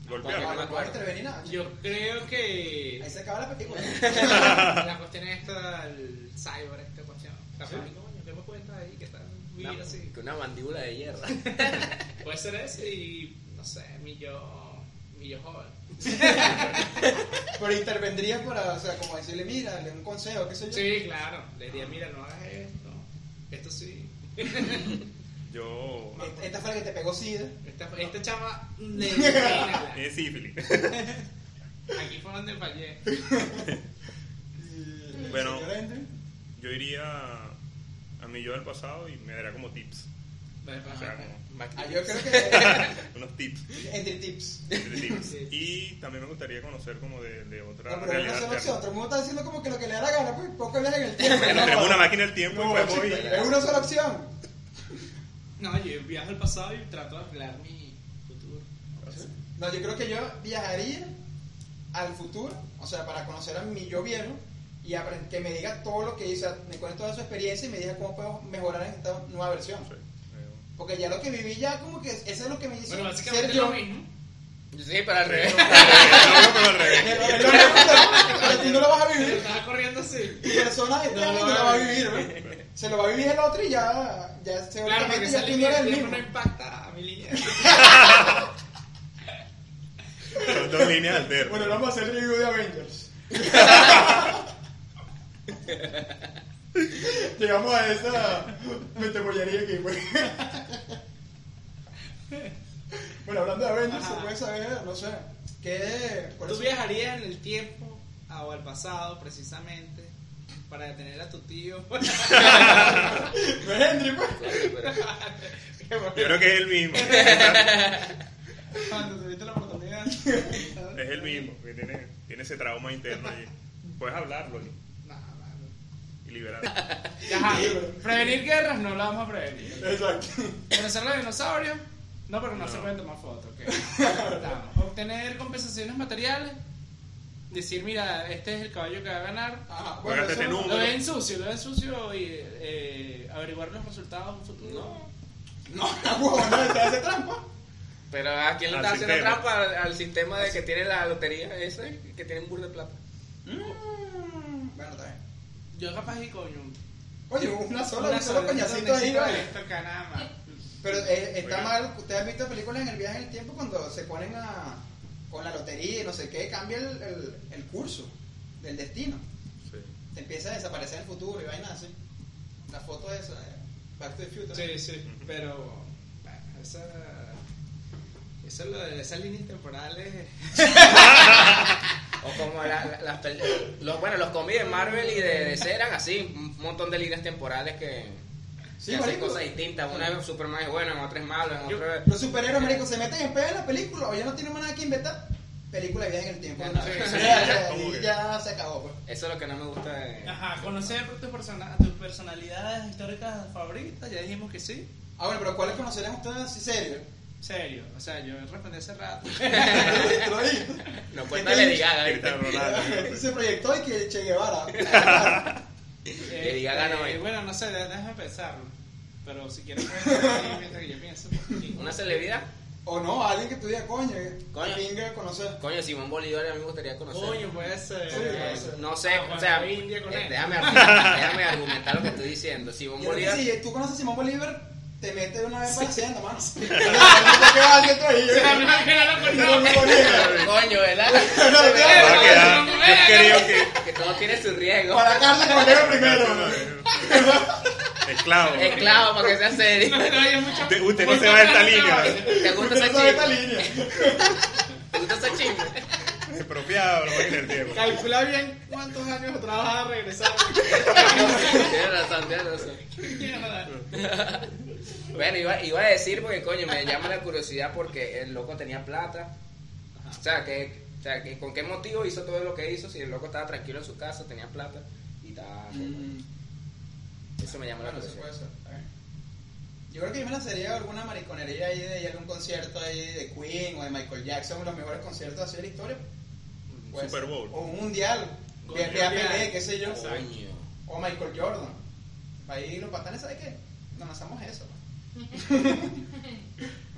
[SPEAKER 2] Golpear.
[SPEAKER 4] Porque no me
[SPEAKER 5] no puedes
[SPEAKER 4] acuerdo.
[SPEAKER 5] intervenir nada. chico.
[SPEAKER 1] Yo creo que
[SPEAKER 5] Ahí se acaba la película.
[SPEAKER 1] la cuestión es esta, el cyber, esta cuestión. Capaz,
[SPEAKER 2] Sí.
[SPEAKER 1] coño, ¿qué me cuenta ahí? ¿Qué tal? Vivir
[SPEAKER 4] Una-
[SPEAKER 1] así.
[SPEAKER 4] que una mandíbula de hierro.
[SPEAKER 1] Puede ser eso y, no sé, mi yo, mi yo joven.
[SPEAKER 5] Pero intervendrías para, o sea, como decirle, mira, le doy un consejo, qué sé yo.
[SPEAKER 1] Sí, claro. Le diría, mira, no hagas esto. Esto sí.
[SPEAKER 2] Yo.
[SPEAKER 5] E- Esta fue la que te pegó SIDA.
[SPEAKER 1] Esta, esta chama de mírala.
[SPEAKER 2] Es sífilis.
[SPEAKER 1] Aquí fue donde fallé.
[SPEAKER 5] Y-
[SPEAKER 2] Bueno.
[SPEAKER 5] señor Andrew.
[SPEAKER 2] Yo iría a mi yo del pasado y me daría como tips.
[SPEAKER 1] Vale,
[SPEAKER 2] O sea,
[SPEAKER 1] vale.
[SPEAKER 2] como
[SPEAKER 5] Ah, yo creo que
[SPEAKER 2] unos tips.
[SPEAKER 5] entre tips.
[SPEAKER 2] entre tips.
[SPEAKER 1] Sí.
[SPEAKER 2] Y también me gustaría conocer como de, de otra
[SPEAKER 5] No, pero no
[SPEAKER 2] realidad.
[SPEAKER 5] sé, no sé,
[SPEAKER 2] alterna.
[SPEAKER 5] otro mundo está diciendo como que lo que le da la gana, pues poco viaje en el tiempo.
[SPEAKER 2] Bueno,
[SPEAKER 5] No,
[SPEAKER 2] tenemos una
[SPEAKER 5] no,
[SPEAKER 2] máquina del tiempo y podemos
[SPEAKER 5] chico,
[SPEAKER 2] ir.
[SPEAKER 5] es una sola opción.
[SPEAKER 1] No, yo viajo al pasado y trato de arreglar mi futuro.
[SPEAKER 5] No, yo creo que yo viajaría al futuro, o sea, para conocer a mi yo viejo y apren- que me diga todo lo que hizo, o sea, me cuente toda su experiencia y me diga cómo puedo mejorar en esta nueva versión.
[SPEAKER 2] Sí, eh,
[SPEAKER 5] Porque ya lo que viví ya como que eso es lo que me hizo
[SPEAKER 1] Bueno, básicamente
[SPEAKER 5] ser
[SPEAKER 1] es
[SPEAKER 5] yo.
[SPEAKER 1] lo mismo.
[SPEAKER 4] Sí, para al revés.
[SPEAKER 2] no, pero al revés.
[SPEAKER 5] Pero es lo mismo, pero- pero tú no lo vas a
[SPEAKER 1] Pero
[SPEAKER 5] vivir.
[SPEAKER 1] estaba corriendo así.
[SPEAKER 5] Tu persona este
[SPEAKER 1] No
[SPEAKER 5] año
[SPEAKER 1] lo
[SPEAKER 5] no
[SPEAKER 1] va
[SPEAKER 5] la
[SPEAKER 1] a
[SPEAKER 5] va a
[SPEAKER 1] vivir.
[SPEAKER 5] vivir, ¿no? Se lo va a vivir el otro y ya, ya
[SPEAKER 1] Claro,
[SPEAKER 5] seguramente
[SPEAKER 1] porque
[SPEAKER 5] ya
[SPEAKER 1] esa
[SPEAKER 5] tú no
[SPEAKER 1] línea
[SPEAKER 5] eres
[SPEAKER 1] del
[SPEAKER 5] el
[SPEAKER 1] tiempo
[SPEAKER 5] mismo.
[SPEAKER 1] no impacta a mi línea.
[SPEAKER 2] Son dos líneas alternas.
[SPEAKER 5] Bueno, vamos a hacer el review de Avengers. Llegamos a esa metemollaría aquí, pues. bueno, hablando de Avengers,
[SPEAKER 1] Ajá.
[SPEAKER 5] se puede saber, no sé, qué... cuál
[SPEAKER 1] Tú
[SPEAKER 5] es-
[SPEAKER 1] viajarías en el tiempo a- o al pasado, precisamente, para detener a tu tío.
[SPEAKER 5] No es Henry, pues.
[SPEAKER 2] Yo creo que es el mismo. Es
[SPEAKER 1] Cuando tuviste la oportunidad.
[SPEAKER 2] el mismo, que tiene, tiene ese trauma interno allí. Puedes hablarlo y,
[SPEAKER 1] No, mano.
[SPEAKER 2] y liberarlo.
[SPEAKER 1] Ajá, prevenir guerras no la vamos a prevenir.
[SPEAKER 5] Exacto.
[SPEAKER 1] Conocer los dinosaurios, no, porque no, se
[SPEAKER 2] No.
[SPEAKER 1] pueden tomar fotos. ok. Estamos. Obtener compensaciones materiales, decir, mira, este es el caballo que va a ganar.
[SPEAKER 5] Ajá,
[SPEAKER 2] Juegate
[SPEAKER 5] eso
[SPEAKER 2] ese
[SPEAKER 5] no-
[SPEAKER 2] número.
[SPEAKER 1] Lo ven sucio, lo ven sucio y eh, averiguar los resultados en un futuro.
[SPEAKER 5] No, la huevo, no, está ese trampa.
[SPEAKER 4] Pero ¿a quién le
[SPEAKER 2] Al
[SPEAKER 4] está haciendo
[SPEAKER 2] sistema.
[SPEAKER 4] trampa al, al sistema de que tiene la lotería ese? Que tiene un burro de plata.
[SPEAKER 5] Mm, Bueno, está bien.
[SPEAKER 1] Yo capaz y coño.
[SPEAKER 5] Oye, una sola,
[SPEAKER 1] una
[SPEAKER 5] un solo
[SPEAKER 1] sola,
[SPEAKER 5] coñacito
[SPEAKER 1] donde
[SPEAKER 5] ahí,
[SPEAKER 1] está
[SPEAKER 5] vale.
[SPEAKER 1] esto, caramba.
[SPEAKER 5] Pero eh, está
[SPEAKER 2] Oiga.
[SPEAKER 5] mal, ustedes han visto películas en el viaje en el tiempo cuando se ponen a, con la lotería y no sé qué, cambia el, el- el curso del destino.
[SPEAKER 2] Sí.
[SPEAKER 5] Te empieza a desaparecer el futuro y vainas así. La foto esa, eh, Back to the Future.
[SPEAKER 1] Sí, sí, pero bueno, esa, eso lo de esas líneas temporales.
[SPEAKER 4] O como la- la- las pel- los, bueno, los cómics de Marvel y de DC eran así, un montón de líneas temporales que,
[SPEAKER 5] Sí,
[SPEAKER 4] que hacen
[SPEAKER 5] marico.
[SPEAKER 4] cosas distintas. Una vez Superman es bueno, en otra es malo, en otra es...
[SPEAKER 5] Los superhéroes, marico, se meten en pedo en la película o ya no tienen más nada que inventar. Película de viaje en el tiempo.
[SPEAKER 1] Sí,
[SPEAKER 5] ¿no?
[SPEAKER 1] sí,
[SPEAKER 5] O
[SPEAKER 1] sí,
[SPEAKER 5] sea,
[SPEAKER 2] ya,
[SPEAKER 5] ya-
[SPEAKER 2] como
[SPEAKER 5] y
[SPEAKER 2] que-
[SPEAKER 5] ya se acabó. Pues.
[SPEAKER 4] Eso es lo que no me gusta de...
[SPEAKER 1] Ajá, conocer tus, persona, tus personalidades históricas favoritas, ya dijimos que sí.
[SPEAKER 5] Ah, bueno, pero ¿cuáles conocerían ustedes así serio?
[SPEAKER 1] Serio, o sea, yo respondí hace rato.
[SPEAKER 5] Te lo digo.
[SPEAKER 4] No pues, cuenta Lady Gaga, ¿viste?
[SPEAKER 2] Cristiano Ronaldo.
[SPEAKER 5] se proyectó y que Che Guevara.
[SPEAKER 1] Eh,
[SPEAKER 4] Lady Gaga no
[SPEAKER 1] eh,
[SPEAKER 4] es.
[SPEAKER 1] Bueno, no sé, de- déjame pensarlo. Pero si quieres, puedes decir ahí mientras que yo pienso.
[SPEAKER 4] Una celebridad.
[SPEAKER 5] O no, alguien que tú digas, coño,
[SPEAKER 4] Coño.
[SPEAKER 5] pinga conocer.
[SPEAKER 4] Coño, Simón Bolívar a mí me gustaría conocer. Eh,
[SPEAKER 1] Coño, puede ser.
[SPEAKER 5] Sí, pues. puede ser.
[SPEAKER 4] No sé,
[SPEAKER 1] Ah,
[SPEAKER 4] o sea,
[SPEAKER 1] Juan India con
[SPEAKER 4] eh,
[SPEAKER 1] él.
[SPEAKER 4] déjame, argumentar, déjame argumentar lo que estoy diciendo. Simón
[SPEAKER 5] Yo creo
[SPEAKER 4] Bolívar,
[SPEAKER 5] que si tú conoces a Simón Bolívar, te metes de una vez para la hacienda, mano. Sí. ¿Qué va a hacer tú ahí?
[SPEAKER 1] Se me imagina la
[SPEAKER 5] Simón
[SPEAKER 1] coño.
[SPEAKER 5] Bolívar.
[SPEAKER 4] coño, ¿verdad?
[SPEAKER 5] No,
[SPEAKER 4] Se ve
[SPEAKER 5] claro.
[SPEAKER 2] Va a
[SPEAKER 4] la-
[SPEAKER 2] quedar- yo creo que.
[SPEAKER 4] que todo tiene su riesgo.
[SPEAKER 5] Para la cárcel cuando llega primero.
[SPEAKER 2] Esclavo.
[SPEAKER 4] Esclavo, para que sea serio.
[SPEAKER 1] No, no, yo mucho-
[SPEAKER 2] Usted- usted no
[SPEAKER 1] mucho
[SPEAKER 2] se va de esta
[SPEAKER 1] no se
[SPEAKER 2] línea,
[SPEAKER 1] va.
[SPEAKER 2] ¿verdad?
[SPEAKER 4] ¿Te gusta
[SPEAKER 5] Porque
[SPEAKER 4] ese
[SPEAKER 5] no sabe esta
[SPEAKER 4] chisme?
[SPEAKER 5] línea.
[SPEAKER 4] ¿Te gusta ese chisme?
[SPEAKER 2] Expropiado, lo voy a tener tiempo.
[SPEAKER 1] Calcula bien cuántos años o trabajas a regresar.
[SPEAKER 4] Tienes razón, tienes razón. Bueno, iba, iba a decir porque, coño, me llama la curiosidad porque el loco tenía plata. O sea, que, o sea, que ¿con qué motivo hizo todo lo que hizo? Si el loco estaba tranquilo en su casa, tenía plata y estaba...
[SPEAKER 5] Mm,
[SPEAKER 4] Eso me llama la
[SPEAKER 5] Bueno, eso
[SPEAKER 4] atención.
[SPEAKER 5] puede ser. eh. Yo creo que yo me lanzaría alguna mariconería ahí de ir a algún concierto ahí de Queen o de Michael Jackson, los mejores conciertos así de la historia. Puede
[SPEAKER 2] Super
[SPEAKER 5] ser.
[SPEAKER 2] Bowl.
[SPEAKER 5] O un mundial. Ve ve a Pelé, qué sé yo.
[SPEAKER 4] Coño.
[SPEAKER 5] O Michael Jordan. Ahí los patanes, ¿sabes qué? Nos lanzamos eso.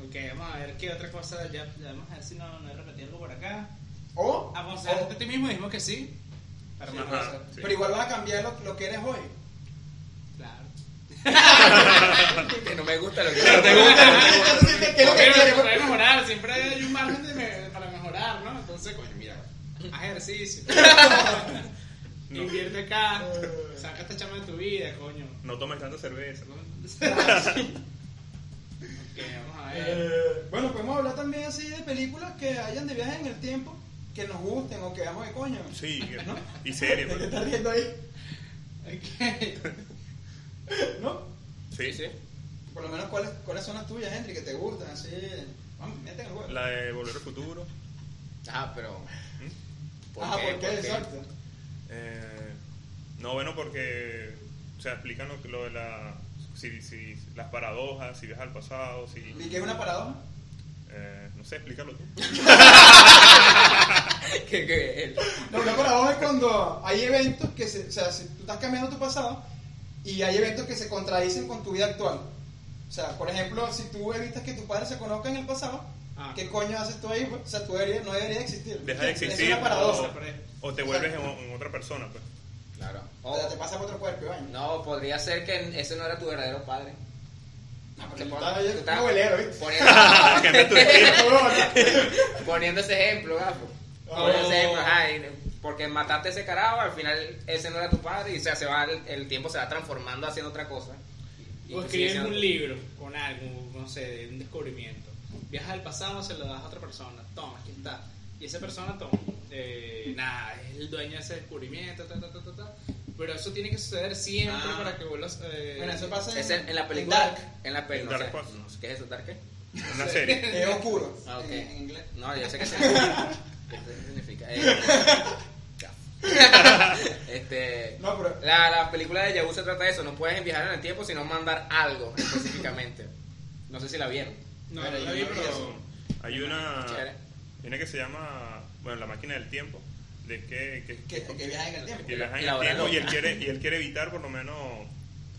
[SPEAKER 1] Ok, vamos a ver qué otra cosa. Ya, ya vamos a ver si no, no he repetido algo por acá.
[SPEAKER 5] O.
[SPEAKER 1] Aconsejarte
[SPEAKER 5] o-
[SPEAKER 1] a ti mismo, dijimos que sí. Para
[SPEAKER 5] Sí,
[SPEAKER 1] más
[SPEAKER 2] Ajá,
[SPEAKER 1] cosas.
[SPEAKER 2] sí.
[SPEAKER 5] Pero igual vas a cambiar lo, lo que eres hoy.
[SPEAKER 1] Claro.
[SPEAKER 4] Que no me gusta lo que
[SPEAKER 5] ¿Qué es lo que
[SPEAKER 1] Pero
[SPEAKER 5] quieres?
[SPEAKER 1] para mejorar, siempre hay un margen de me- para mejorar, ¿no? Entonces, coño, mira, haz ejercicio.
[SPEAKER 2] No.
[SPEAKER 1] Invierte acá, saca esta chama de tu vida, coño.
[SPEAKER 2] No tomes tanta cerveza.
[SPEAKER 1] Ok, vamos a ver.
[SPEAKER 5] Eh, bueno, podemos hablar también así de películas que hayan de viaje en el tiempo, que nos gusten o que veamos de coño.
[SPEAKER 2] Sí, que- y serie.
[SPEAKER 5] ¿De qué
[SPEAKER 2] pues.
[SPEAKER 5] estás riendo ahí?
[SPEAKER 1] Ok.
[SPEAKER 5] ¿No?
[SPEAKER 2] Sí,
[SPEAKER 5] Por lo menos, ¿cuáles, cuáles son las tuyas, Henry, que te gustan? Así. Vamos, mete en el huevo.
[SPEAKER 2] La de Volver al Futuro.
[SPEAKER 4] Ah, pero. ¿Por
[SPEAKER 5] Ajá,
[SPEAKER 4] qué?
[SPEAKER 5] ¿Mm? Ah, ¿por qué? Exacto.
[SPEAKER 2] Eh, no, bueno, porque o sea, explican lo, lo de la, si, si, las paradojas, si viajas al pasado, si...
[SPEAKER 5] ¿Y qué es una paradoja?
[SPEAKER 2] eh, no sé, explícalo tú.
[SPEAKER 4] ¿Qué, qué? El-
[SPEAKER 5] No, una paradoja es cuando hay eventos que se. O sea, si tú estás cambiando tu pasado y hay eventos que se contradicen con tu vida actual. O sea, por ejemplo, si tú evitas que tus padres se conozcan en el pasado,
[SPEAKER 1] Ah.
[SPEAKER 5] ¿qué coño haces tú ahí? pues? O sea, tú deberías- no deberías existir.
[SPEAKER 2] Deja de
[SPEAKER 5] Esa
[SPEAKER 2] existir.
[SPEAKER 5] Es una paradoja.
[SPEAKER 2] o- O, te vuelves en, en otra persona, pues.
[SPEAKER 4] Claro.
[SPEAKER 5] O sea,
[SPEAKER 4] O-
[SPEAKER 5] te pasa por otro cuerpo, Iván.
[SPEAKER 4] no, podría ser que ese no era tu verdadero padre.
[SPEAKER 5] No,
[SPEAKER 4] Que
[SPEAKER 5] porque
[SPEAKER 4] pon-
[SPEAKER 5] estaba
[SPEAKER 4] tú
[SPEAKER 5] Ah, yo
[SPEAKER 4] estás
[SPEAKER 5] como velero, ¿viste? Ah.
[SPEAKER 4] poniendo-
[SPEAKER 2] Que andas tú aquí.
[SPEAKER 4] poniendo ese ejemplo, gafo.
[SPEAKER 5] Oh.
[SPEAKER 4] Poniendo ese ejemplo, ajá, y- porque mataste a ese carajo, al final ese no era tu padre y o sea, se va, el, el tiempo se va transformando haciendo otra cosa. Y
[SPEAKER 1] O
[SPEAKER 4] tú
[SPEAKER 1] escribes
[SPEAKER 4] sigues siendo-
[SPEAKER 1] un libro con algo, no sé, de un descubrimiento. Viajas al pasado, se lo das a otra persona. Toma, aquí está. Y esa persona toma. eh, nada, es el dueño de ese descubrimiento, ta, ta, ta, ta, ta. Pero eso tiene que suceder siempre
[SPEAKER 5] Ah.
[SPEAKER 1] para que vuelvas. eh,
[SPEAKER 5] Bueno, eso pasa en,
[SPEAKER 4] Es en, en la película.
[SPEAKER 5] Dark.
[SPEAKER 4] En la película.
[SPEAKER 2] Dark Horse.
[SPEAKER 4] ¿Qué es eso, Dark? qué?
[SPEAKER 2] Una serie.
[SPEAKER 5] Es oscuro.
[SPEAKER 4] Ah, ok.
[SPEAKER 5] en, en inglés.
[SPEAKER 4] No, yo sé qué significa. ¿Qué significa? Eh, este,
[SPEAKER 5] No, pero.
[SPEAKER 4] la, la película de Yahoo se trata de eso. No puedes viajar en el tiempo, sino mandar algo específicamente. No sé si la vieron.
[SPEAKER 1] No,
[SPEAKER 5] Pero
[SPEAKER 1] no la
[SPEAKER 5] yo
[SPEAKER 1] vi,
[SPEAKER 5] no vi
[SPEAKER 1] pero.
[SPEAKER 5] eso.
[SPEAKER 2] Hay una,
[SPEAKER 4] Chévere.
[SPEAKER 2] hay una que se llama, bueno, la máquina del tiempo. De que, que,
[SPEAKER 5] Que, que viaja en el tiempo.
[SPEAKER 2] que viaja en
[SPEAKER 4] Y la
[SPEAKER 2] el
[SPEAKER 4] hora
[SPEAKER 2] tiempo y él,
[SPEAKER 4] loca.
[SPEAKER 2] quiere, y él quiere evitar por lo menos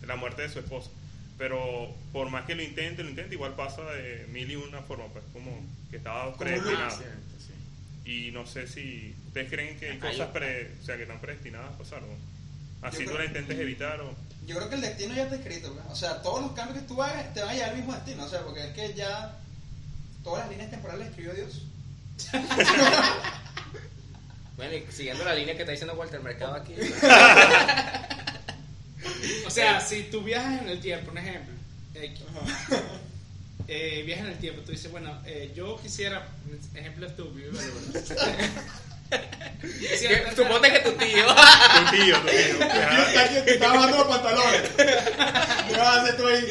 [SPEAKER 2] la muerte de su esposa. Pero por más que lo intente, lo intente, igual pasa de mil y una forma, pues como que estaba
[SPEAKER 5] Ah,
[SPEAKER 2] predestinado. Y no sé si ustedes creen que hay
[SPEAKER 4] Ajá,
[SPEAKER 2] cosas
[SPEAKER 4] yo-
[SPEAKER 2] pre, o sea, que están predestinadas a pasar o así
[SPEAKER 5] Yo
[SPEAKER 2] tú
[SPEAKER 5] creo-
[SPEAKER 2] la intentes evitar o...
[SPEAKER 5] Yo creo que el destino ya está escrito. ¿verdad? O sea, todos los cambios que tú hagas te van a llevar al mismo destino. O sea, porque es que ya todas las líneas temporales escribió Dios.
[SPEAKER 4] Bueno, y siguiendo la línea que está diciendo Walter Mercado aquí.
[SPEAKER 1] O
[SPEAKER 5] Eh.
[SPEAKER 1] sea, si tú viajas en el tiempo, un ejemplo. eh, eh, viajas en el tiempo, tú dices, bueno, eh, yo quisiera. Ejemplo estúpido, pero bueno. Quisiera-
[SPEAKER 4] Suponte que tu tío.
[SPEAKER 2] Tu tío, tu tío. Ajá.
[SPEAKER 5] Te está bajando los pantalones. ¿Qué vas a hacer tú ahí?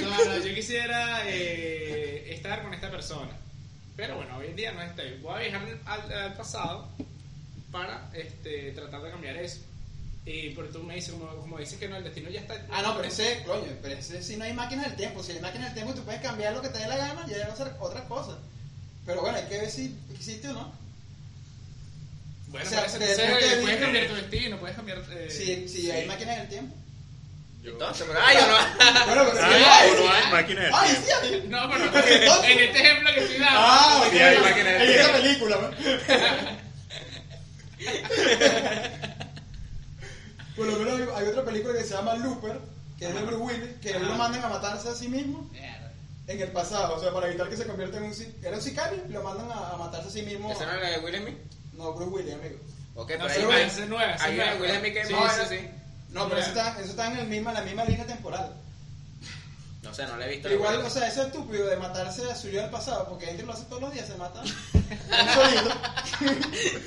[SPEAKER 1] No, no, yo quisiera eh, estar con esta persona. Pero bueno, hoy en día no estoy. Voy a viajar al, al pasado para este, tratar de cambiar eso. Y pero tú me dices, como, como dices que no, el destino ya está.
[SPEAKER 5] Ah, no, pero ese, coño, pero ese si no hay máquinas del tiempo. Si hay máquinas del tiempo, tú puedes cambiar lo que te dé la gana y ya va a ser otra cosa. Pero bueno, hay que ver si existe o no.
[SPEAKER 1] Bueno,
[SPEAKER 5] o sea,
[SPEAKER 1] pero
[SPEAKER 5] de
[SPEAKER 1] ese-
[SPEAKER 5] repente
[SPEAKER 1] ese-
[SPEAKER 5] vi-
[SPEAKER 1] puedes cambiar tu destino, puedes cambiar. eh,
[SPEAKER 5] Si, si
[SPEAKER 2] sí.
[SPEAKER 5] hay máquinas del tiempo.
[SPEAKER 4] Entonces, pero, ay, yo no.
[SPEAKER 5] Bueno, pero si
[SPEAKER 2] Ah,
[SPEAKER 5] hay.
[SPEAKER 2] o no hay máquina del
[SPEAKER 5] Ay,
[SPEAKER 2] tiempo.
[SPEAKER 5] sí hay.
[SPEAKER 1] No, pero en este ejemplo que estoy dando.
[SPEAKER 5] Ah, ok.
[SPEAKER 2] Sí, hay máquina del
[SPEAKER 5] En esa
[SPEAKER 2] tiempo.
[SPEAKER 5] película, ¿no? Por lo menos hay- hay otra película que se llama Looper, que es de Bruce Willis, que él lo mandan a matarse a sí mismo
[SPEAKER 1] Mierda.
[SPEAKER 5] en el pasado, o sea, para evitar que se convierta en un sicario. Era un sicario, lo mandan a, a matarse a sí mismo.
[SPEAKER 4] ¿Esa no es la de Will Smith?
[SPEAKER 5] No, Bruce Willis, amigo.
[SPEAKER 4] Ok,
[SPEAKER 1] No, esa
[SPEAKER 4] pero ahí
[SPEAKER 1] es
[SPEAKER 4] va.
[SPEAKER 1] nueva, esa es nueva, esa es
[SPEAKER 4] Hay una de
[SPEAKER 1] nueva.
[SPEAKER 4] Will Smith que
[SPEAKER 1] Sí,
[SPEAKER 4] no,
[SPEAKER 5] sí,
[SPEAKER 4] sí,
[SPEAKER 5] sí.
[SPEAKER 4] sí.
[SPEAKER 5] No, pero eso está, eso está en, el misma, en la misma línea temporal.
[SPEAKER 4] No sé, no la he visto.
[SPEAKER 5] Pero igual, o sea, eso es estúpido de matarse a su yo del pasado, porque gente lo hace todos los días, se mata. Un solito.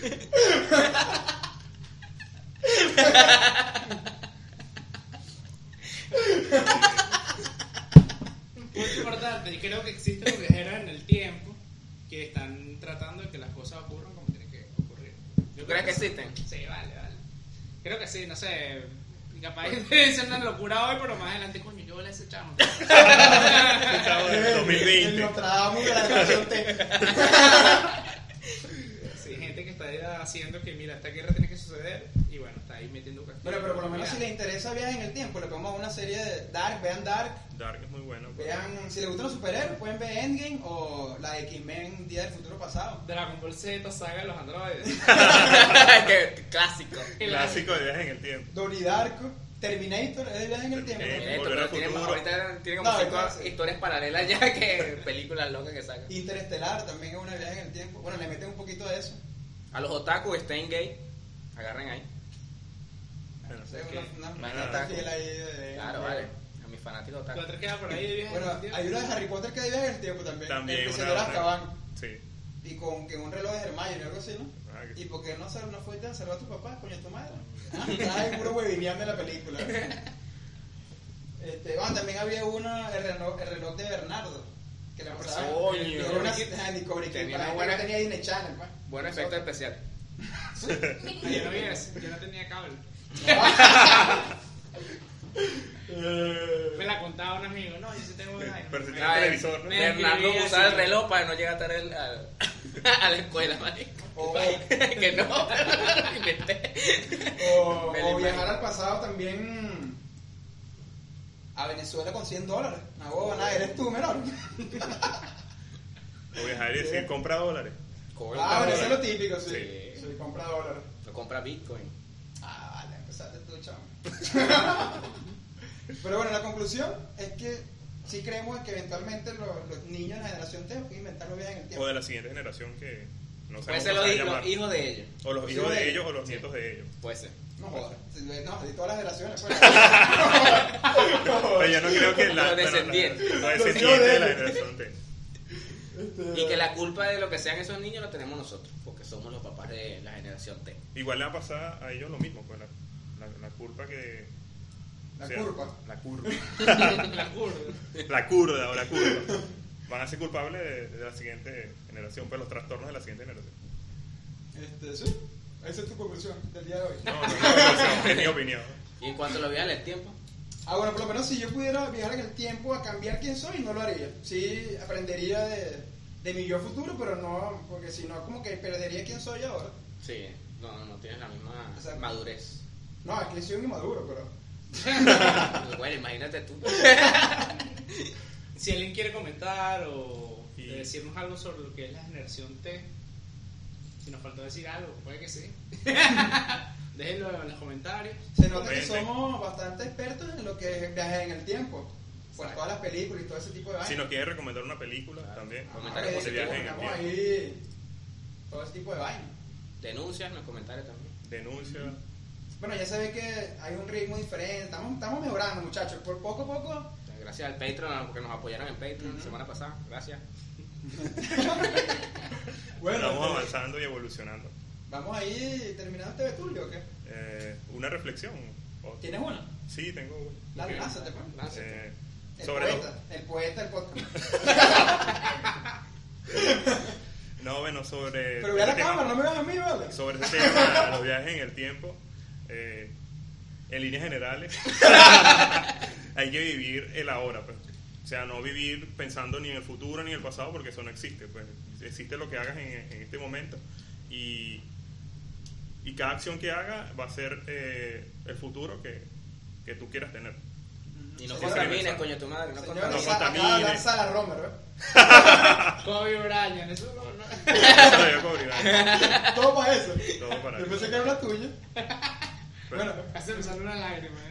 [SPEAKER 1] Muy importante, y creo que existen viajeros en el tiempo que están tratando de que las cosas ocurran como tienen que ocurrir. Yo
[SPEAKER 4] ¿Tú crees que existen?
[SPEAKER 1] Sí, vale, vale. Creo que sí, no sé. Capaz es una locura hoy, pero más adelante, coño, yo le ese chamo.
[SPEAKER 2] Chavo de
[SPEAKER 5] El
[SPEAKER 2] 2020.
[SPEAKER 5] Nostradamus de la generación T.
[SPEAKER 1] Sí, gente que está haciendo que, mira, esta guerra tiene que suceder y bueno, está ahí metiendo castillo.
[SPEAKER 5] Bueno, pero por lo menos si
[SPEAKER 1] Mira,
[SPEAKER 5] les interesa viajes en el tiempo, le podemos dar una serie de Dark, vean Dark,
[SPEAKER 2] Dark es muy bueno. pues.
[SPEAKER 5] vean, si les gustan los superhéroes, pueden ver Endgame o la de X-Men Día del Futuro Pasado.
[SPEAKER 1] Dragon Ball Z, saga de los androides.
[SPEAKER 4] Qué clásico.
[SPEAKER 2] Clásico de viajes en el tiempo.
[SPEAKER 5] Donnie Darko, Terminator, es de viajes en el tiempo.
[SPEAKER 2] Terminator.
[SPEAKER 4] Eh,
[SPEAKER 2] Volver
[SPEAKER 4] pero
[SPEAKER 2] al
[SPEAKER 4] tiene,
[SPEAKER 2] futuro.
[SPEAKER 4] ahorita tiene como
[SPEAKER 5] No,
[SPEAKER 4] cinco
[SPEAKER 5] entonces-
[SPEAKER 4] historias paralelas ya que películas locas que sacan.
[SPEAKER 5] Interestelar también es una viaje en el tiempo. Bueno, le meten un poquito de eso.
[SPEAKER 4] A los otaku estén gay, agarren ahí.
[SPEAKER 2] Bueno,
[SPEAKER 5] Es
[SPEAKER 1] Ok.
[SPEAKER 5] una- una-
[SPEAKER 4] Bueno,
[SPEAKER 5] una
[SPEAKER 4] Darko.
[SPEAKER 5] fiel ahí de- de-
[SPEAKER 4] Claro,
[SPEAKER 5] de-
[SPEAKER 4] vale. A mis fanáticos
[SPEAKER 1] ¿Qué
[SPEAKER 4] otaku.
[SPEAKER 1] otra queda por ahí de viajes en el
[SPEAKER 5] Bueno,
[SPEAKER 1] tiempo?
[SPEAKER 5] hay una de Harry Potter que hay viajes en el tiempo también.
[SPEAKER 2] También
[SPEAKER 5] El
[SPEAKER 2] una
[SPEAKER 5] prisionero de
[SPEAKER 2] otra.
[SPEAKER 5] Azkaban.
[SPEAKER 2] Sí.
[SPEAKER 5] Y con que un reloj de Hermione o algo así, ¿no?
[SPEAKER 2] Ah, que-
[SPEAKER 5] ¿Y por qué no, sal- no fuiste a salvar a tu papá, coño, tu madre? Ah, estás en puro huevineando en la película. Este, bueno, también había una, el reloj, el reloj de Bernardo. Que la pasaba.
[SPEAKER 4] Ah, Coño.
[SPEAKER 5] que era una ah, Discovery Kids,
[SPEAKER 4] Tenía
[SPEAKER 5] para
[SPEAKER 4] una
[SPEAKER 5] la gente
[SPEAKER 4] buena-
[SPEAKER 5] que tenía Disney Channel, pues.
[SPEAKER 4] Buen efecto
[SPEAKER 5] Nosotros.
[SPEAKER 4] especial.
[SPEAKER 1] Ah, yo no vi eso, yo no tenía cable.
[SPEAKER 5] eh,
[SPEAKER 1] Me la contaba un amigo, no, yo sí tengo una.
[SPEAKER 2] Pero si
[SPEAKER 1] Me-
[SPEAKER 2] tiene
[SPEAKER 4] Ah,
[SPEAKER 2] televisor, ¿no?
[SPEAKER 4] eh, Bernardo
[SPEAKER 1] escribía
[SPEAKER 4] usaba
[SPEAKER 1] así.
[SPEAKER 4] el reloj para no llegar tarde al- al- a la escuela, marico.
[SPEAKER 2] Oh.
[SPEAKER 5] O-
[SPEAKER 4] que no, pero lo inventé. Me
[SPEAKER 5] O, o
[SPEAKER 4] la imagino.
[SPEAKER 5] viajar al pasado también a Venezuela con 100 dólares. No, nada, eres tú, menor.
[SPEAKER 2] O viajar y decir, compra dólares.
[SPEAKER 5] Ah, bueno, eso es lo
[SPEAKER 2] dólares.
[SPEAKER 5] típico, sí.
[SPEAKER 2] Sí.
[SPEAKER 5] Sí, compra dólares.
[SPEAKER 4] eh. Lo compra Bitcoin.
[SPEAKER 5] Ah, vale, empezaste tú, chamo. Pero bueno, la conclusión es que sí creemos que eventualmente lo- los niños de la generación T van a inventar los viajes en el
[SPEAKER 2] O
[SPEAKER 5] tiempo.
[SPEAKER 2] de la siguiente generación que no
[SPEAKER 4] Puede
[SPEAKER 2] sabemos
[SPEAKER 4] ser
[SPEAKER 2] cómo
[SPEAKER 4] los,
[SPEAKER 2] se va a
[SPEAKER 4] hij- los
[SPEAKER 2] llamar.
[SPEAKER 4] hijos de ellos.
[SPEAKER 2] O los
[SPEAKER 5] Sí,
[SPEAKER 2] hijos
[SPEAKER 5] de-
[SPEAKER 2] de ellos o los nietos de ellos.
[SPEAKER 4] Puede ser.
[SPEAKER 5] No jodas. Sí, No, de todas las generaciones. pues.
[SPEAKER 2] Pero yo no creo que la. bueno,
[SPEAKER 4] Los
[SPEAKER 2] la-
[SPEAKER 4] descendientes.
[SPEAKER 2] Los
[SPEAKER 5] Los hijos
[SPEAKER 2] descendientes
[SPEAKER 5] de
[SPEAKER 2] de la
[SPEAKER 5] ellos.
[SPEAKER 2] generación T.
[SPEAKER 4] Y que la culpa de lo que sean esos niños la tenemos nosotros, porque somos los papás de la generación T.
[SPEAKER 2] Igual le va a pasar a ellos lo mismo, pues la, la, la culpa que.
[SPEAKER 5] La curva.
[SPEAKER 2] La curva.
[SPEAKER 1] La curva.
[SPEAKER 2] La curva o la curva. Van a ser culpables de, de la siguiente generación, pues los trastornos de la siguiente generación.
[SPEAKER 5] Este, sí. Esa es tu conclusión del día de hoy.
[SPEAKER 2] No, no, no, no, es mi opinión.
[SPEAKER 4] Y en cuanto a los viajes del tiempo,
[SPEAKER 5] Ah, bueno, por lo menos si yo pudiera viajar en el tiempo a cambiar quién soy, no lo haría. Sí, aprendería de, de mi yo futuro, pero no, porque si no, como que perdería quién soy ahora.
[SPEAKER 4] sí, no, no tienes la misma
[SPEAKER 5] Exacto.
[SPEAKER 4] madurez.
[SPEAKER 5] No, aquí soy un inmaduro, pero.
[SPEAKER 4] bueno, imagínate tú.
[SPEAKER 1] Si alguien quiere comentar o eh,
[SPEAKER 2] Sí.
[SPEAKER 1] decirnos algo sobre lo que es la generación T, si nos faltó decir algo, puede que sí. Déjenlo en los comentarios.
[SPEAKER 5] Se nota que
[SPEAKER 2] Comenten.
[SPEAKER 5] somos bastante expertos en lo que es viajar en el tiempo. Por
[SPEAKER 4] Exacto.
[SPEAKER 5] todas las películas y todo ese tipo de vainas.
[SPEAKER 2] Si nos quieren recomendar una película también,
[SPEAKER 5] Ah,
[SPEAKER 4] Comentarios
[SPEAKER 5] que
[SPEAKER 2] como se
[SPEAKER 4] positivos,
[SPEAKER 2] viaje en el
[SPEAKER 5] estamos
[SPEAKER 2] tiempo.
[SPEAKER 5] ahí. Todo ese tipo de vainas.
[SPEAKER 4] Denuncias en los comentarios también.
[SPEAKER 2] Denuncia.
[SPEAKER 5] Bueno, ya se ve que hay un ritmo diferente. Estamos, estamos mejorando, muchachos. Por poco a poco.
[SPEAKER 4] Gracias al Patreon, porque nos apoyaron en Patreon la semana pasada. Gracias.
[SPEAKER 5] Bueno,
[SPEAKER 2] Estamos
[SPEAKER 5] este,
[SPEAKER 2] avanzando y evolucionando.
[SPEAKER 5] vamos ahí terminando este betulio, ¿o qué?
[SPEAKER 2] Eh, una reflexión. o-
[SPEAKER 5] ¿Tienes una?
[SPEAKER 2] Sí, tengo una.
[SPEAKER 5] Dale,
[SPEAKER 4] Ok.
[SPEAKER 5] lánzate, pues.
[SPEAKER 4] Lánzate.
[SPEAKER 2] Eh,
[SPEAKER 5] El
[SPEAKER 2] sobre Eh, los-
[SPEAKER 5] poeta, el poeta, el podcast.
[SPEAKER 2] No, bueno, sobre.
[SPEAKER 5] Pero ve a la
[SPEAKER 2] este tema-
[SPEAKER 5] cámara, no me veas a mí, ¿vale?
[SPEAKER 2] Sobre ese tema, los viajes en el tiempo, eh, en líneas generales, hay que vivir el ahora, pues. O sea, no vivir pensando ni en el futuro ni en el pasado, porque eso no existe. Pues. Existe lo que hagas en, en este momento. Y, y cada acción que hagas va a ser eh, el futuro que, que tú quieras tener.
[SPEAKER 4] Y no
[SPEAKER 5] Sí,
[SPEAKER 4] contamines,
[SPEAKER 2] señor.
[SPEAKER 4] coño, tu madre. No
[SPEAKER 5] Señor,
[SPEAKER 2] No
[SPEAKER 4] contamines.
[SPEAKER 5] acá- acá
[SPEAKER 2] contamine.
[SPEAKER 5] lanza la Romer, ¿eh?
[SPEAKER 1] Kobe Bryant, eso no, no.
[SPEAKER 2] Eso lo digo como privado,
[SPEAKER 5] Todo para eso.
[SPEAKER 2] todo para
[SPEAKER 5] Yo
[SPEAKER 2] ti.
[SPEAKER 5] pensé que era la tuya.
[SPEAKER 2] Pero-
[SPEAKER 5] Bueno,
[SPEAKER 1] Hace me sale una lágrima. ¿eh?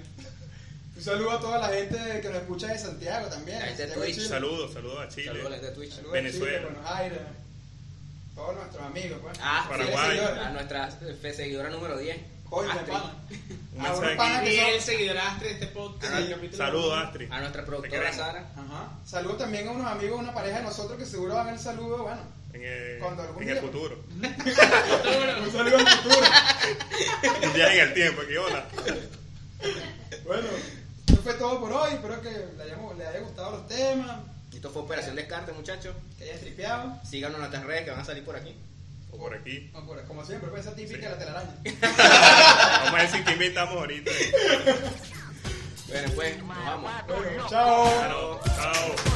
[SPEAKER 5] un saludo a toda la gente que nos escucha de Santiago también.
[SPEAKER 4] La gente de
[SPEAKER 5] Santiago,
[SPEAKER 4] Twitch.
[SPEAKER 5] Chile.
[SPEAKER 2] Saludos, saludos a Chile.
[SPEAKER 4] Saludos a la gente de Twitch.
[SPEAKER 5] Saludos a Chile,
[SPEAKER 2] Venezuela.
[SPEAKER 5] Buenos Aires. Todos nuestros amigos, pues.
[SPEAKER 4] Ah, sí,
[SPEAKER 2] Paraguay.
[SPEAKER 4] señor. A nuestra eh, seguidora número 10.
[SPEAKER 5] Coño,
[SPEAKER 4] Astrid.
[SPEAKER 5] pana.
[SPEAKER 2] Un
[SPEAKER 5] A unos
[SPEAKER 2] mensaje
[SPEAKER 5] panas
[SPEAKER 1] Y
[SPEAKER 5] que
[SPEAKER 1] el
[SPEAKER 5] son.
[SPEAKER 1] seguidorastre de este podcast.
[SPEAKER 5] Sí.
[SPEAKER 1] el capítulo
[SPEAKER 2] Saludos,
[SPEAKER 1] uno.
[SPEAKER 2] Astrid.
[SPEAKER 4] A nuestra productora
[SPEAKER 2] queremos.
[SPEAKER 4] Sara.
[SPEAKER 5] Ajá. Saludos también a unos amigos, una pareja de nosotros que seguro van el saludo, bueno.
[SPEAKER 2] En el,
[SPEAKER 5] Cuando algún
[SPEAKER 2] en el
[SPEAKER 5] día-
[SPEAKER 2] futuro.
[SPEAKER 5] Un saludo al futuro.
[SPEAKER 2] Un viaje en el tiempo, aquí, hola.
[SPEAKER 5] Bueno, eso fue todo por hoy. Espero que le hayamos- les haya gustado los temas,
[SPEAKER 4] Esto fue Operación Descarte, muchachos.
[SPEAKER 5] que hayan tripeado.
[SPEAKER 4] Síganos en nuestras redes que van a salir por aquí.
[SPEAKER 2] o por aquí.
[SPEAKER 5] No, por- Como siempre, pues, esa típica de la telaraña.
[SPEAKER 2] Vamos a decir que inventamos ahorita.
[SPEAKER 4] Bueno, pues, nos vamos.
[SPEAKER 5] Bueno, chao.
[SPEAKER 2] Claro, chao.